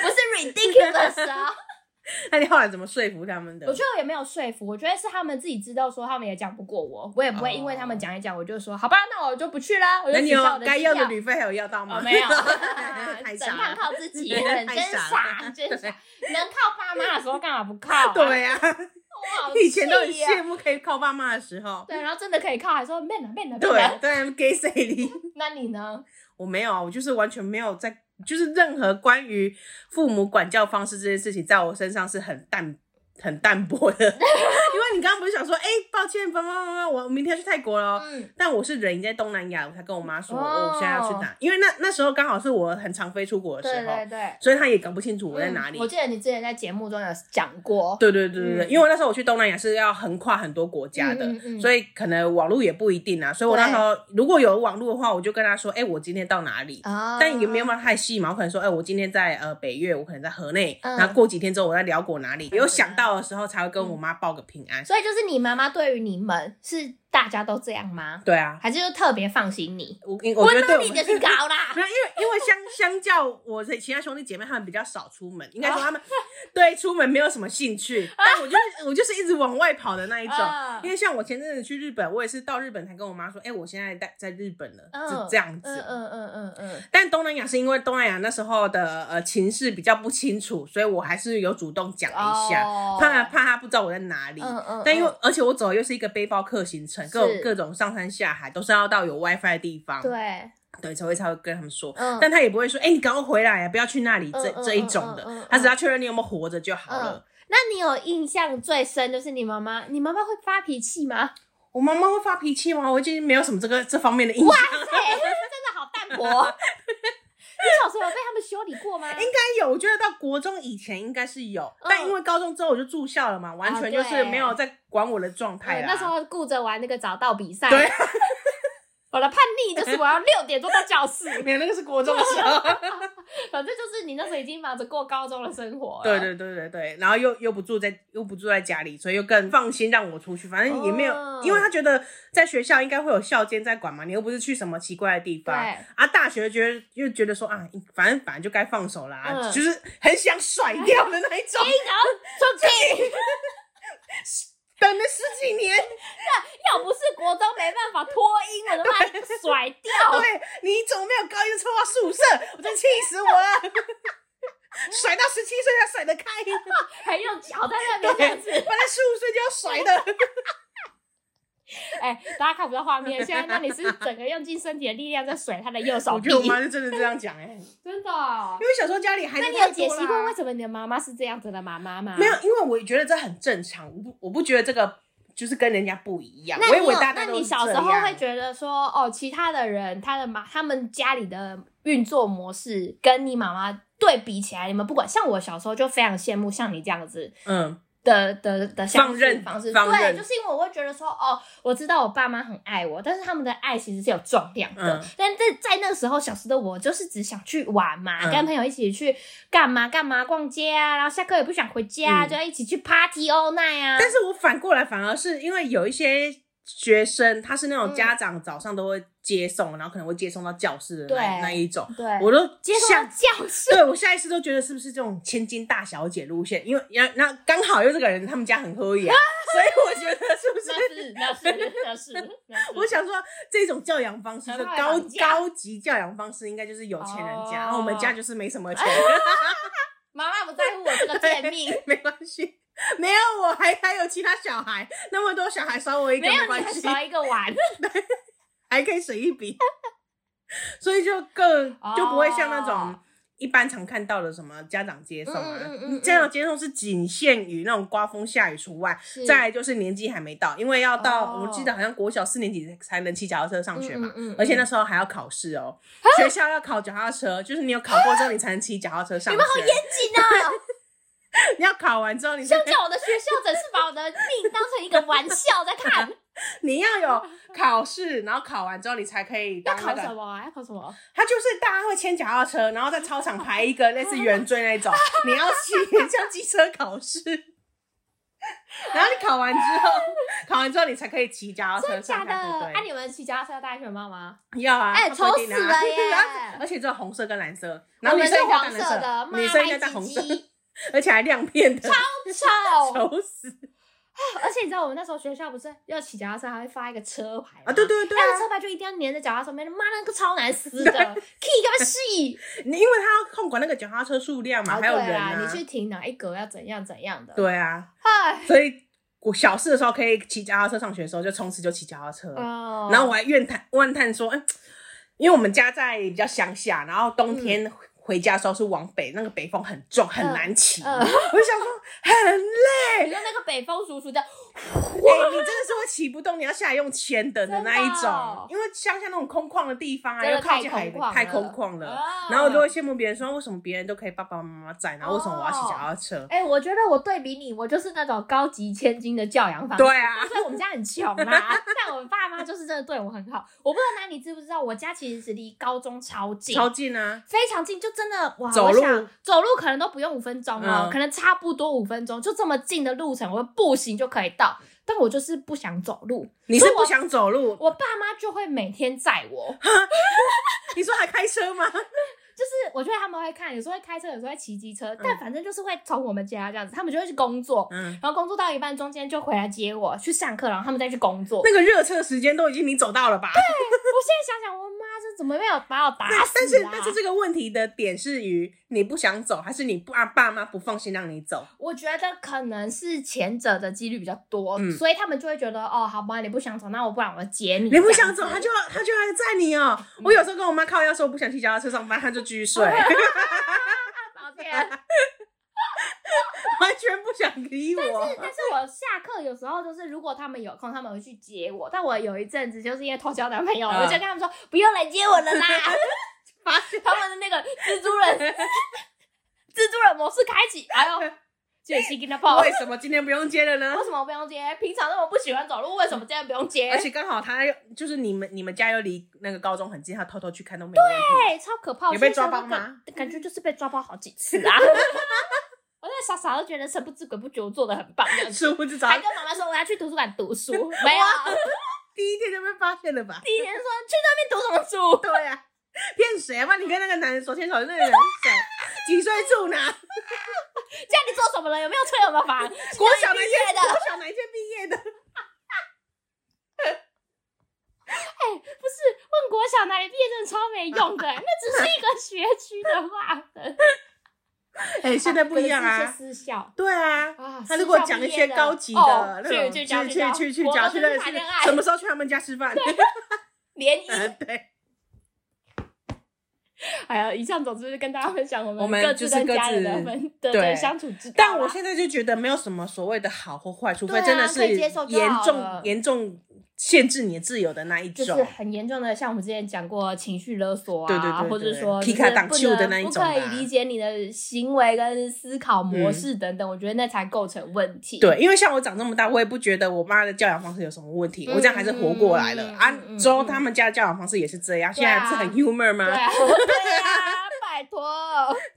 不是 ridiculous 啊、 那你后来怎么说服他们的？我觉得我也没有说服，我觉得是他们自己知道，说他们也讲不过我，我也不会因为他们讲一讲，我就说好吧，那我就不去啦，我就哦那取你有消我的该机要的票旅费还有要到吗？哦，没有， 太整傻趟了。靠自 己，真太傻傻，了 真 傻。能靠爸妈的时候干嘛不靠、啊？对呀、哇，以前都很气呀羡慕可以靠爸妈的时候。对，然后真的可以靠，还说 man 了 man 了 man 对了。对，给谁理？那你呢？ 我没有啊，我就是完全没有在，就是任何关于父母管教方式这件事情，在我身上是很淡。很淡薄 的，因为你刚刚不是想说，哎、抱歉，爸爸妈妈，我明天要去泰国了哦，嗯，但我是人已经在东南亚，我才跟我妈说，哦哦我现在要去哪，因为那那时候刚好是我很常飞出国的时对候，对对。所以她也搞不清楚我在哪里。嗯我记得你之前在节目中有讲过，对对对对对，嗯因为我那时候我去东南亚是要横跨很多国家的，嗯嗯嗯所以可能网络也不一定啊，所以我那时候如果有网络的话，我就跟她说，哎、我今天到哪里？啊但也没有办法太细嘛，我可能说，哎、我今天在呃北越，我可能在河内，嗯然后过几天之后我在辽国哪里，有想到的时候才会跟我妈报个平安。所以就是你妈妈对于你们是大家都这样吗？对啊，还是就特别放心你？我我觉得对那我你们就。 是搞啦没，有，因为因为相相较我的其他兄弟姐妹，他们比较少出门，应该啊说他们对出门没有什么兴趣。但我就是我就是一直往外跑的那一种嗯，因为像我前阵子去日本，我也是到日本才跟我妈说，哎，我现在在在日本了，嗯是这样嗯子。嗯嗯嗯嗯，但东南亚是因为东南亚那时候的呃情势比较不清楚，所以我还是有主动讲了一下，哦怕怕他不知道我在哪里。嗯嗯，但因为嗯而且我走的又是一个背包客行程，各种是各种上山下海都是要到有 WiFi 的地方。对，对，才会才会跟他们说。嗯但他也不会说，哎、你赶快回来呀、不要去那里，嗯这、嗯这一种的。嗯嗯嗯他只要确认你有没有活着就好了。那你有印象最深就是你妈妈，你妈妈会发脾气吗？ 我妈妈会发脾气吗？我已经没有什么这个这方面的印象，哎、真的好淡 薄。你小时候有被他们修理过吗？应该有。我觉得到国中以前应该是有，但因为高中之后我就住校了嘛，完全就是嗯啊对没有在管我的状态对，啦。那时候顾着玩那个早到比赛。 对，我的叛逆就是我要六点钟到教室， 没有那个是国中的时候。反正就是你那时候已经忙着过高中的生活了。对对对对对，然后又又不住在又不住在家里，所以又更放心让我出去。反正也没有，哦因为他觉得在学校应该会有校监在管嘛，你又不是去什么奇怪的地方对啊。大学觉得又觉得说啊，反正反正就该放手啦，嗯就是很想甩掉的那一 种。哎出去， 等了十几年，要不是国中没办法脱音，我都把你甩掉。对哎你怎么没有高一的抽到宿舍？我真气死我了！ 甩到十七岁才甩得开， 还用脚在那边这样子。本来十五岁就要甩的。哎、大家看不到画面，现在那里是整个用尽身体的力量在甩他的右手我臂觉，得我妈就真的这样讲哎、因真的哦、为小时候家里孩子那你太有解多析啦过为什么你的妈妈是这样子的妈妈吗？没有，，因为我觉得这很正常，我不我不觉得这个就是跟人家不一样。那我以你有为大家那都你是这小样。时候会觉得说，哦，其他的人他的妈他们家里的运作模式跟你妈妈对比起来，你们不管像我小时候就非常羡慕像你这样子嗯，的的的相放处任方式，放任对，就是因为我会觉得说，哦，我知道我爸妈很爱我，但是他们的爱其实是有重量的。嗯但是在那个时候，小时的我就是只想去玩嘛，嗯跟朋友一起去干嘛干嘛，逛街啊，然后下课也不想回家，啊嗯就要一起去 party all night 啊。但是我反过来反而是因为有一些学生，他是那嗯种家长早上都会接送，然后可能会接送到教室的那对那一种，对，我都接受到像。教 室，对，我下意识都觉得是不是这种千金大小姐路线？因为那那刚好又这个人他们家很喝雅，所以我觉得是不 那是？是那是那是那是，我想说这种教养方式，就难怪高绑架哦高级教养方式，应该就是有钱人家，然后我们家就是没什么钱。 妈妈不在乎我这个贱命，没关系，没有我还还有其他小孩，那么多小孩少我一个没有没你关还系，少一个碗。还可以省一笔， 所以就更哦就不会像那种。一般常看到的什么家长接送啊，嗯嗯嗯嗯家长接送是仅限于那种刮风下雨除外，是再来就是年纪还没到，因为要到、哦我记得好像国小四年级才能骑脚踏车上学嘛，嗯嗯嗯嗯啊而且那时候还要考试哦，学校要考脚踏车，就是你有考过之后你才能骑脚踏车上学，你们好严，紧啊！你要考完之后你才相较我的学校，真是把我的命当成一个玩笑 在看。你要有考试，然后考完之后你才可以要当那考什个。么啊？要考什么？他就是大家会牵脚踏车，然后在操场排一个类似圆锥那种，你要骑像机车考试。 然后你考完之后，考完之后你才可以骑脚踏车真假上的？台，啊，对你们骑脚踏车要戴安全帽吗？不对？要啊，哎他规定啊丑死了耶然后 而且只有红色跟蓝色，然我后女们生是应该戴黄蓝的，妈女生应该戴红色 白，唧而且还亮片的，唧 丑。丑死而且你知道我们那时候学校不是要骑脚踏车，还会发一个车牌啊！对对吗。对啊那个车牌就一定要粘在脚踏上面，妈那个超难撕 的，key 个屁！你因为他要控管那个脚踏车数量嘛，哦还有对人啦，啊你，去停哪一格要怎样怎样的。，对啊，哎，所以我小四的时候可以骑脚踏车上学的时候，就从此就骑脚踏车。哦，然后我还怨叹怨叹说，嗯，因为我们家在比较乡下，然后冬天回家的时候是往北，那个北风很重，很难骑。嗯我就想说，很累，你哎用那个北风叔叔的，哎你真的是会骑不动，你要下来用牵的的那一真种，的哦因为乡下那种空旷的地方啊，真的又靠近海太空旷边，了太空旷了。哦然后我就会羡慕别人说，为什么别人都可以爸爸妈妈在，然后为什么我要骑脚踏车？哎、我觉得我对比你，我就是那种高级千金的教养方式。对啊，所以我们家很穷啦， 但我爸妈就是真的对我很好。我不知道哪里知不知道，我家其实离高中超近，超近啊！非常近，就真的哇，走我路想走路可能都不用五分钟哦，嗯可能差不多五分钟，就这么近的路程，我步行就可以到。但我就是不想走路，你是所以不我想走路？我爸妈就会每天载我， 你说还开车吗？就是我觉得他们会看，有时候会开车，有时候会骑机车，但反正就是会从我们家这样子，他们就会去工作，嗯，然后工作到一半，中间就回来接我去上课，然后他们再去工作。我那个热车时间都已经你走到了吧？现在想想，我妈这怎么没有把我打死、啊？ 但是但是这个问题的点是于你不想走，还是你爸爸妈不放心让你走？我觉得可能是前者的几率比较多，嗯所以他们就会觉得哦，好吧，你不想走，那我不然我接你。嗯你不想走，这样他子就他就还载你哦、我有时候跟我妈靠腰说我不想去脚踏车上班，他就继续 睡，完抱歉。 全不想理是，我。但是我下课有时候就是，如果他们有空，他们会去接我。但我有一阵子就是因为偷交男朋友，嗯我就跟他们说不用来接我了啦。把他们的那个蜘蛛人，蜘蛛人模式开启，哎呦，就有吸跟他泡。为什么今天不用接了呢为？什么不用接？平常那么不喜欢走路，为什么今天不用接 而？且刚好他又就是你们你们家又离那个高中很近，他偷偷去看都没有问题。哎对，超可怕！有被我现在抓包想到吗感？感觉就是被抓包好几次 啊！我那傻傻的觉得神不知鬼不觉，我做的很棒，这样子殊不知早还上跟妈妈说我要去图书馆读书，没有。第一天就被发现了吧？第一天说去那边读什么书？对啊，骗谁啊？不然你跟那个男人手牵手的那个人是谁？几岁住 哪？家里做什么了？有没有车？有没有房？国小哪一毕业届？的国小哪一届毕业的？哎、不是问国小哪里毕业真的超没用的、欸那只是一个学区的话，哎、现在不一 样真的啊是。一些私校。对啊，啊，他如果私校讲一毕些业高级的哦那去种，去去交去去去交讲，国去中认谈识恋爱，什么时候去他们家 吃饭？联谊。嗯，对， 哎呀，以上总之是跟大家分享我我们们各就自是跟各家人的自分的对对相处之道啦。但我现在就觉得没有什么所谓的好或坏，除对非啊真的可是以接受就严好了重严重限制你的自由的那一就是种。很严重的，像我们之前讲过情绪勒索啊，对对对对或者说踢就是卡挡不球的能那一不种可啊以理解你的行为跟思考模式等等，我觉得那才构成问题。对，因为像我长这么大，我也不觉得我妈的教养方式有什么问题，我这样还是活过来了。嗯啊嗯嗯，之后嗯他们家的教养方式也是这样，对现啊在是很 humor 吗？对啊，对啊，拜托。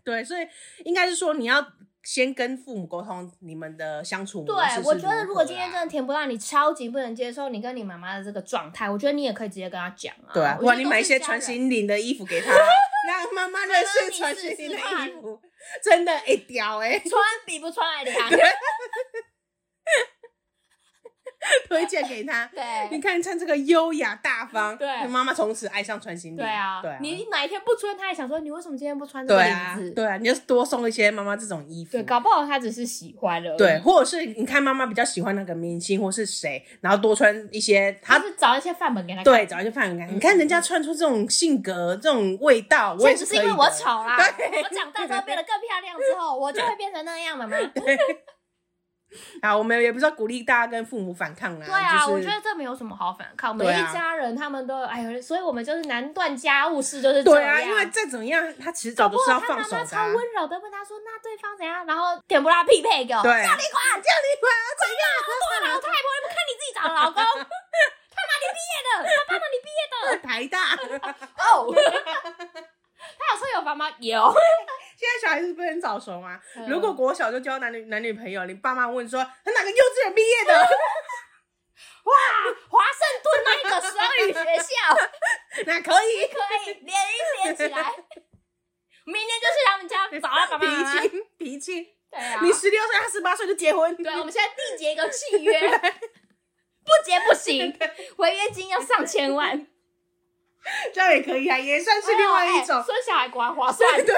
对，所以应该是说你要先跟父母沟通你们的相处对模式是，我觉得如如何果啊今天啦真的填不到，你超级不能接受你跟你妈妈的这个状态，我觉得你也可以直接跟她讲啊。对啊，我不觉然得都你是买一些家穿人心灵的衣服给她，让妈妈认识穿心灵的衣服，真的哎屌哎，穿 比不穿来的强。 推荐给她。你对看穿这个优雅大方，对妈妈从此爱上穿心灵。对啊对啊，，你哪一天不穿，她也想说你为什么今天不穿这对个啊领子？对啊，你就多送一些妈妈这种衣服对，。搞不好她只是喜欢了。对，。或者是你看妈妈比较喜欢那个明星或是谁，然后多穿一些她他是找一些范本给她看。对，找一些嗯范感。你看人家穿出这种性格、这种味道，我也这是只可是以因的为我丑啦。对我长大之后变得更漂亮之后，我就会变成那样，妈妈。对啊，我们也不是要鼓励大家跟父母反抗啊。啊，就是、我觉得这没有什么好反抗，每对啊一家人他们都哎呦，所以我们就是男断家务事就是这对样。啊，因为再怎么样，他迟早搞不都是好要他放妈手妈的超啊、温柔的问他说：“那对方怎样？”然后甜不辣匹配给我，对叫你管，叫 你管，怎样？多老太婆，你不看你自己找的老公？他哪里毕业的？他爸哪里毕业台大， 的？哦， 他有车有房吗？有。现在小孩子不是很早熟吗？嗯如果国小就交男女男女朋友，你爸妈问说他哪个幼稚园毕业的，哇，华盛顿那一个双语学 校。那可以可以连一连起来。明天就是他 们家找啊他爸爸妈妈。脾气脾气，对啊，你十六岁，他十八岁就结婚，对，我们现在缔结一个契约，不结不行，违约金要上千万， 这样也可以啊，也算是另外一种哎生小孩果然划算。 对，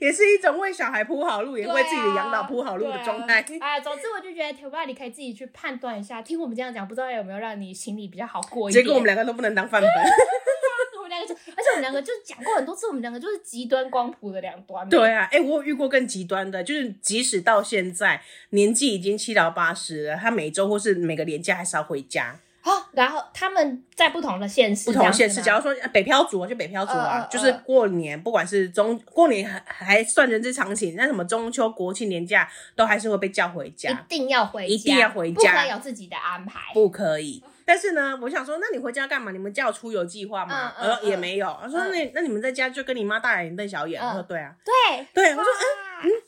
也是一种为小孩铺好路，也为自己的养老铺好路的状态。对啊哎，总之我就觉得铁爸，你可以自己去判断一下。听我们这样讲，不知道有没有让你心里比较好过一结点。果我们两个都不能当范本， 我们两个就，而且我们两个就讲过很多次，我们两个就是极端光谱的两端。对啊，哎、我有遇过更极端的，就是即使到现在年纪已经七老八十了，他每周或是每个年假还是要回家，好，然后他们在不同的县市，啊不同县市。这假样如说呃北漂族啊，就北漂族啊，嗯嗯嗯就是过年，不管是中过年还还算人之常情，那什么中秋、国庆年假都还是会被叫回子吗家，一定要回家，一定要回不家可以有自己的安排。不可以。但是呢，我想说，那你回家干嘛？你们家有出游计划吗？嗯嗯呃，也没有。他说嗯那那你们在家就跟你妈大眼瞪小眼。嗯我说对啊，对，对。我说哇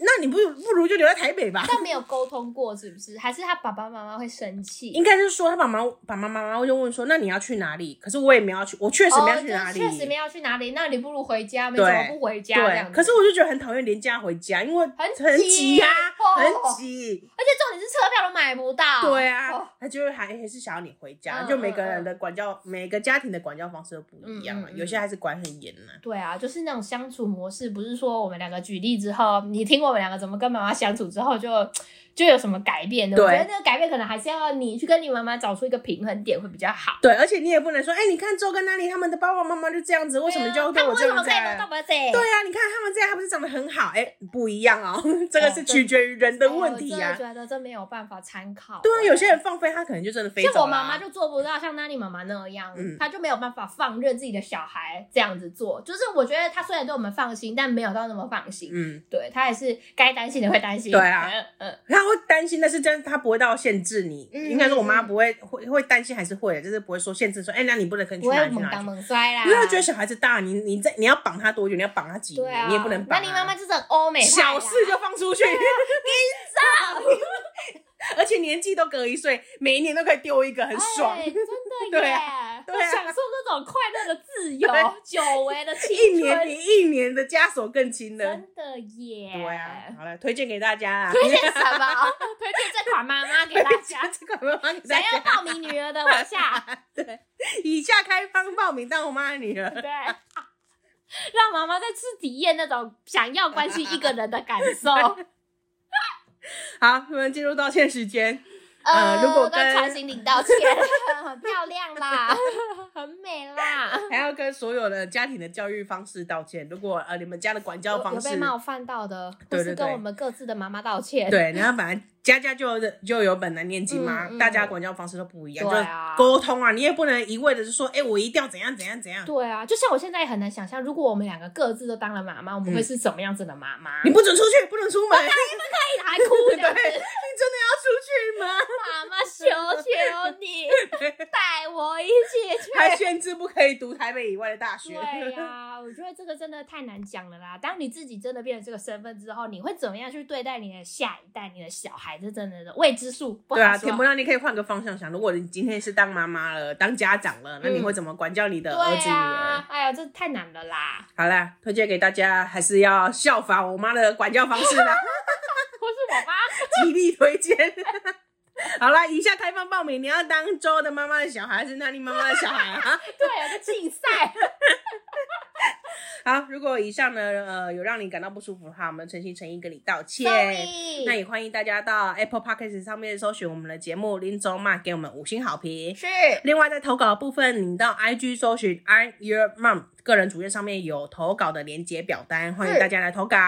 那你不不如就留在台北吧。但没有沟通过，是不是？还是他爸爸妈妈会生气？应该是说他爸妈爸妈妈妈就问说，那你要去哪里？可是我也没有要去，我确实没有去哪里。哦就确实没有去哪里。那你不如回家，没什么不回家这样对，子。可是我就觉得很讨厌廉价回家，因为很很挤挤啊，哦很挤。而且重点是车票都买不到。对哦啊，他就会还还是想要你回家，嗯就每个人嗯的管教，每个家庭的管教方式都不一样啊，嗯嗯嗯有些还是管很严呢。对啊，就是那种相处模式，不是说我们两个举例之后，你听我们两个怎么跟妈妈相处之后就，就有什么改变的。对我觉得那个改变可能还是要你去跟你妈妈找出一个平衡点会比较好。对，而且你也不能说，哎、你看周跟那里他们的爸爸妈妈就这样子，为什么就要对我他这们为什样么子可以啊？到我这？对啊，你看他们这样，他不是长得很好？哎、不一样哦， 这个哦是对取决于人的问题哎啊我。真的觉得这没有办法参考。对啊，有些人放飞他可能就真的飞走了啊。像我妈妈就做不到像 Nani 妈妈那样，嗯她就没有办法放任自己的小孩这样子做。就是我觉得她虽然对我们放心，但没有到那么放心。嗯，对她还是该担心的会担心。对啊嗯，嗯他会担心，但是但是他不会到限制你。嗯应该说我妈不会会会担心，还是会，就是不会说限制说，哎、那你不能跟去不哪会啊里去猛哪当里。猛摔啦。因为他觉得小孩子大，你你在你要绑他多久？你要绑他几对年？啊，你也不能绑、啊。那你妈啊妈就是很欧美派啦小事就放出去， 而且年纪都隔一岁，每一年都可以丢一个，很爽。哎真的耶！ 对对啊我享受那种快乐的自由对，久违的青一年春，比一年的枷锁更轻了。真的耶！对啊，好了，推荐给大家 啦。 推荐什么？推荐这款妈妈给大家。这款妈妈给大想要家，报名女儿的往下， 以下开放报名当我妈的女儿。对， 让妈妈再次体验那种想要关心一个人的感 受。好，我们进入道歉时间。呃如果跟跟传行领道歉， 很漂亮 啦，很美啦。 还要跟所有的家庭的教育方式道歉。如果呃你们家的管教有方有式被，冒犯到的，或对对是跟对我们各自的妈妈道歉。对，然后反正家家就有就有本难念经嘛，嗯嗯大家管教方式都不一样，对啊就沟通啊，你也不能一味的是说，哎、我一定要怎样怎样怎样，对啊，就像我现在也很难想象，如果我们两个各自都当了妈妈，我们会是什么样子的妈妈？你不准出去，不准 出门，还哭 对，你这真样的子，要出去吗？妈妈求求你， 带我一起去。还限制不可以读台北以外的大学，对呀、 我觉得这个真的太难讲了啦。当你自己真的变成这个身份之后，你会怎么样去对待你的下一代、你的小孩？这真的是未知数，不好对啊，说田不让你可以换个方向想。如果你今天是当妈妈了，当家长了，那你会怎么管教你的儿子嗯对女儿？啊，哎呀，这太难了啦！好啦，推荐给大家，还是要效法我妈的管教方式啦，不是我妈，极力推荐。 好啦，以下开放报名，你要当周的妈妈的小孩，还是那你妈妈的小孩啊？ 对，有个竞赛，好，如果以上呢，呃，有让你感到不舒服的话，我们诚心诚意跟你道歉。 Sorry 那也欢迎大家到 Apple Podcast 上面搜寻我们的节目《林周骂》，给我们五星好评。是另外，在投稿的部分，你到 IG 搜寻 I'm Your Mom 个人主页上面有投稿的连接表单，欢迎哦是大家来投稿。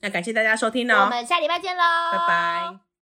那感谢大家收听我哦，们下礼拜见喽，拜拜。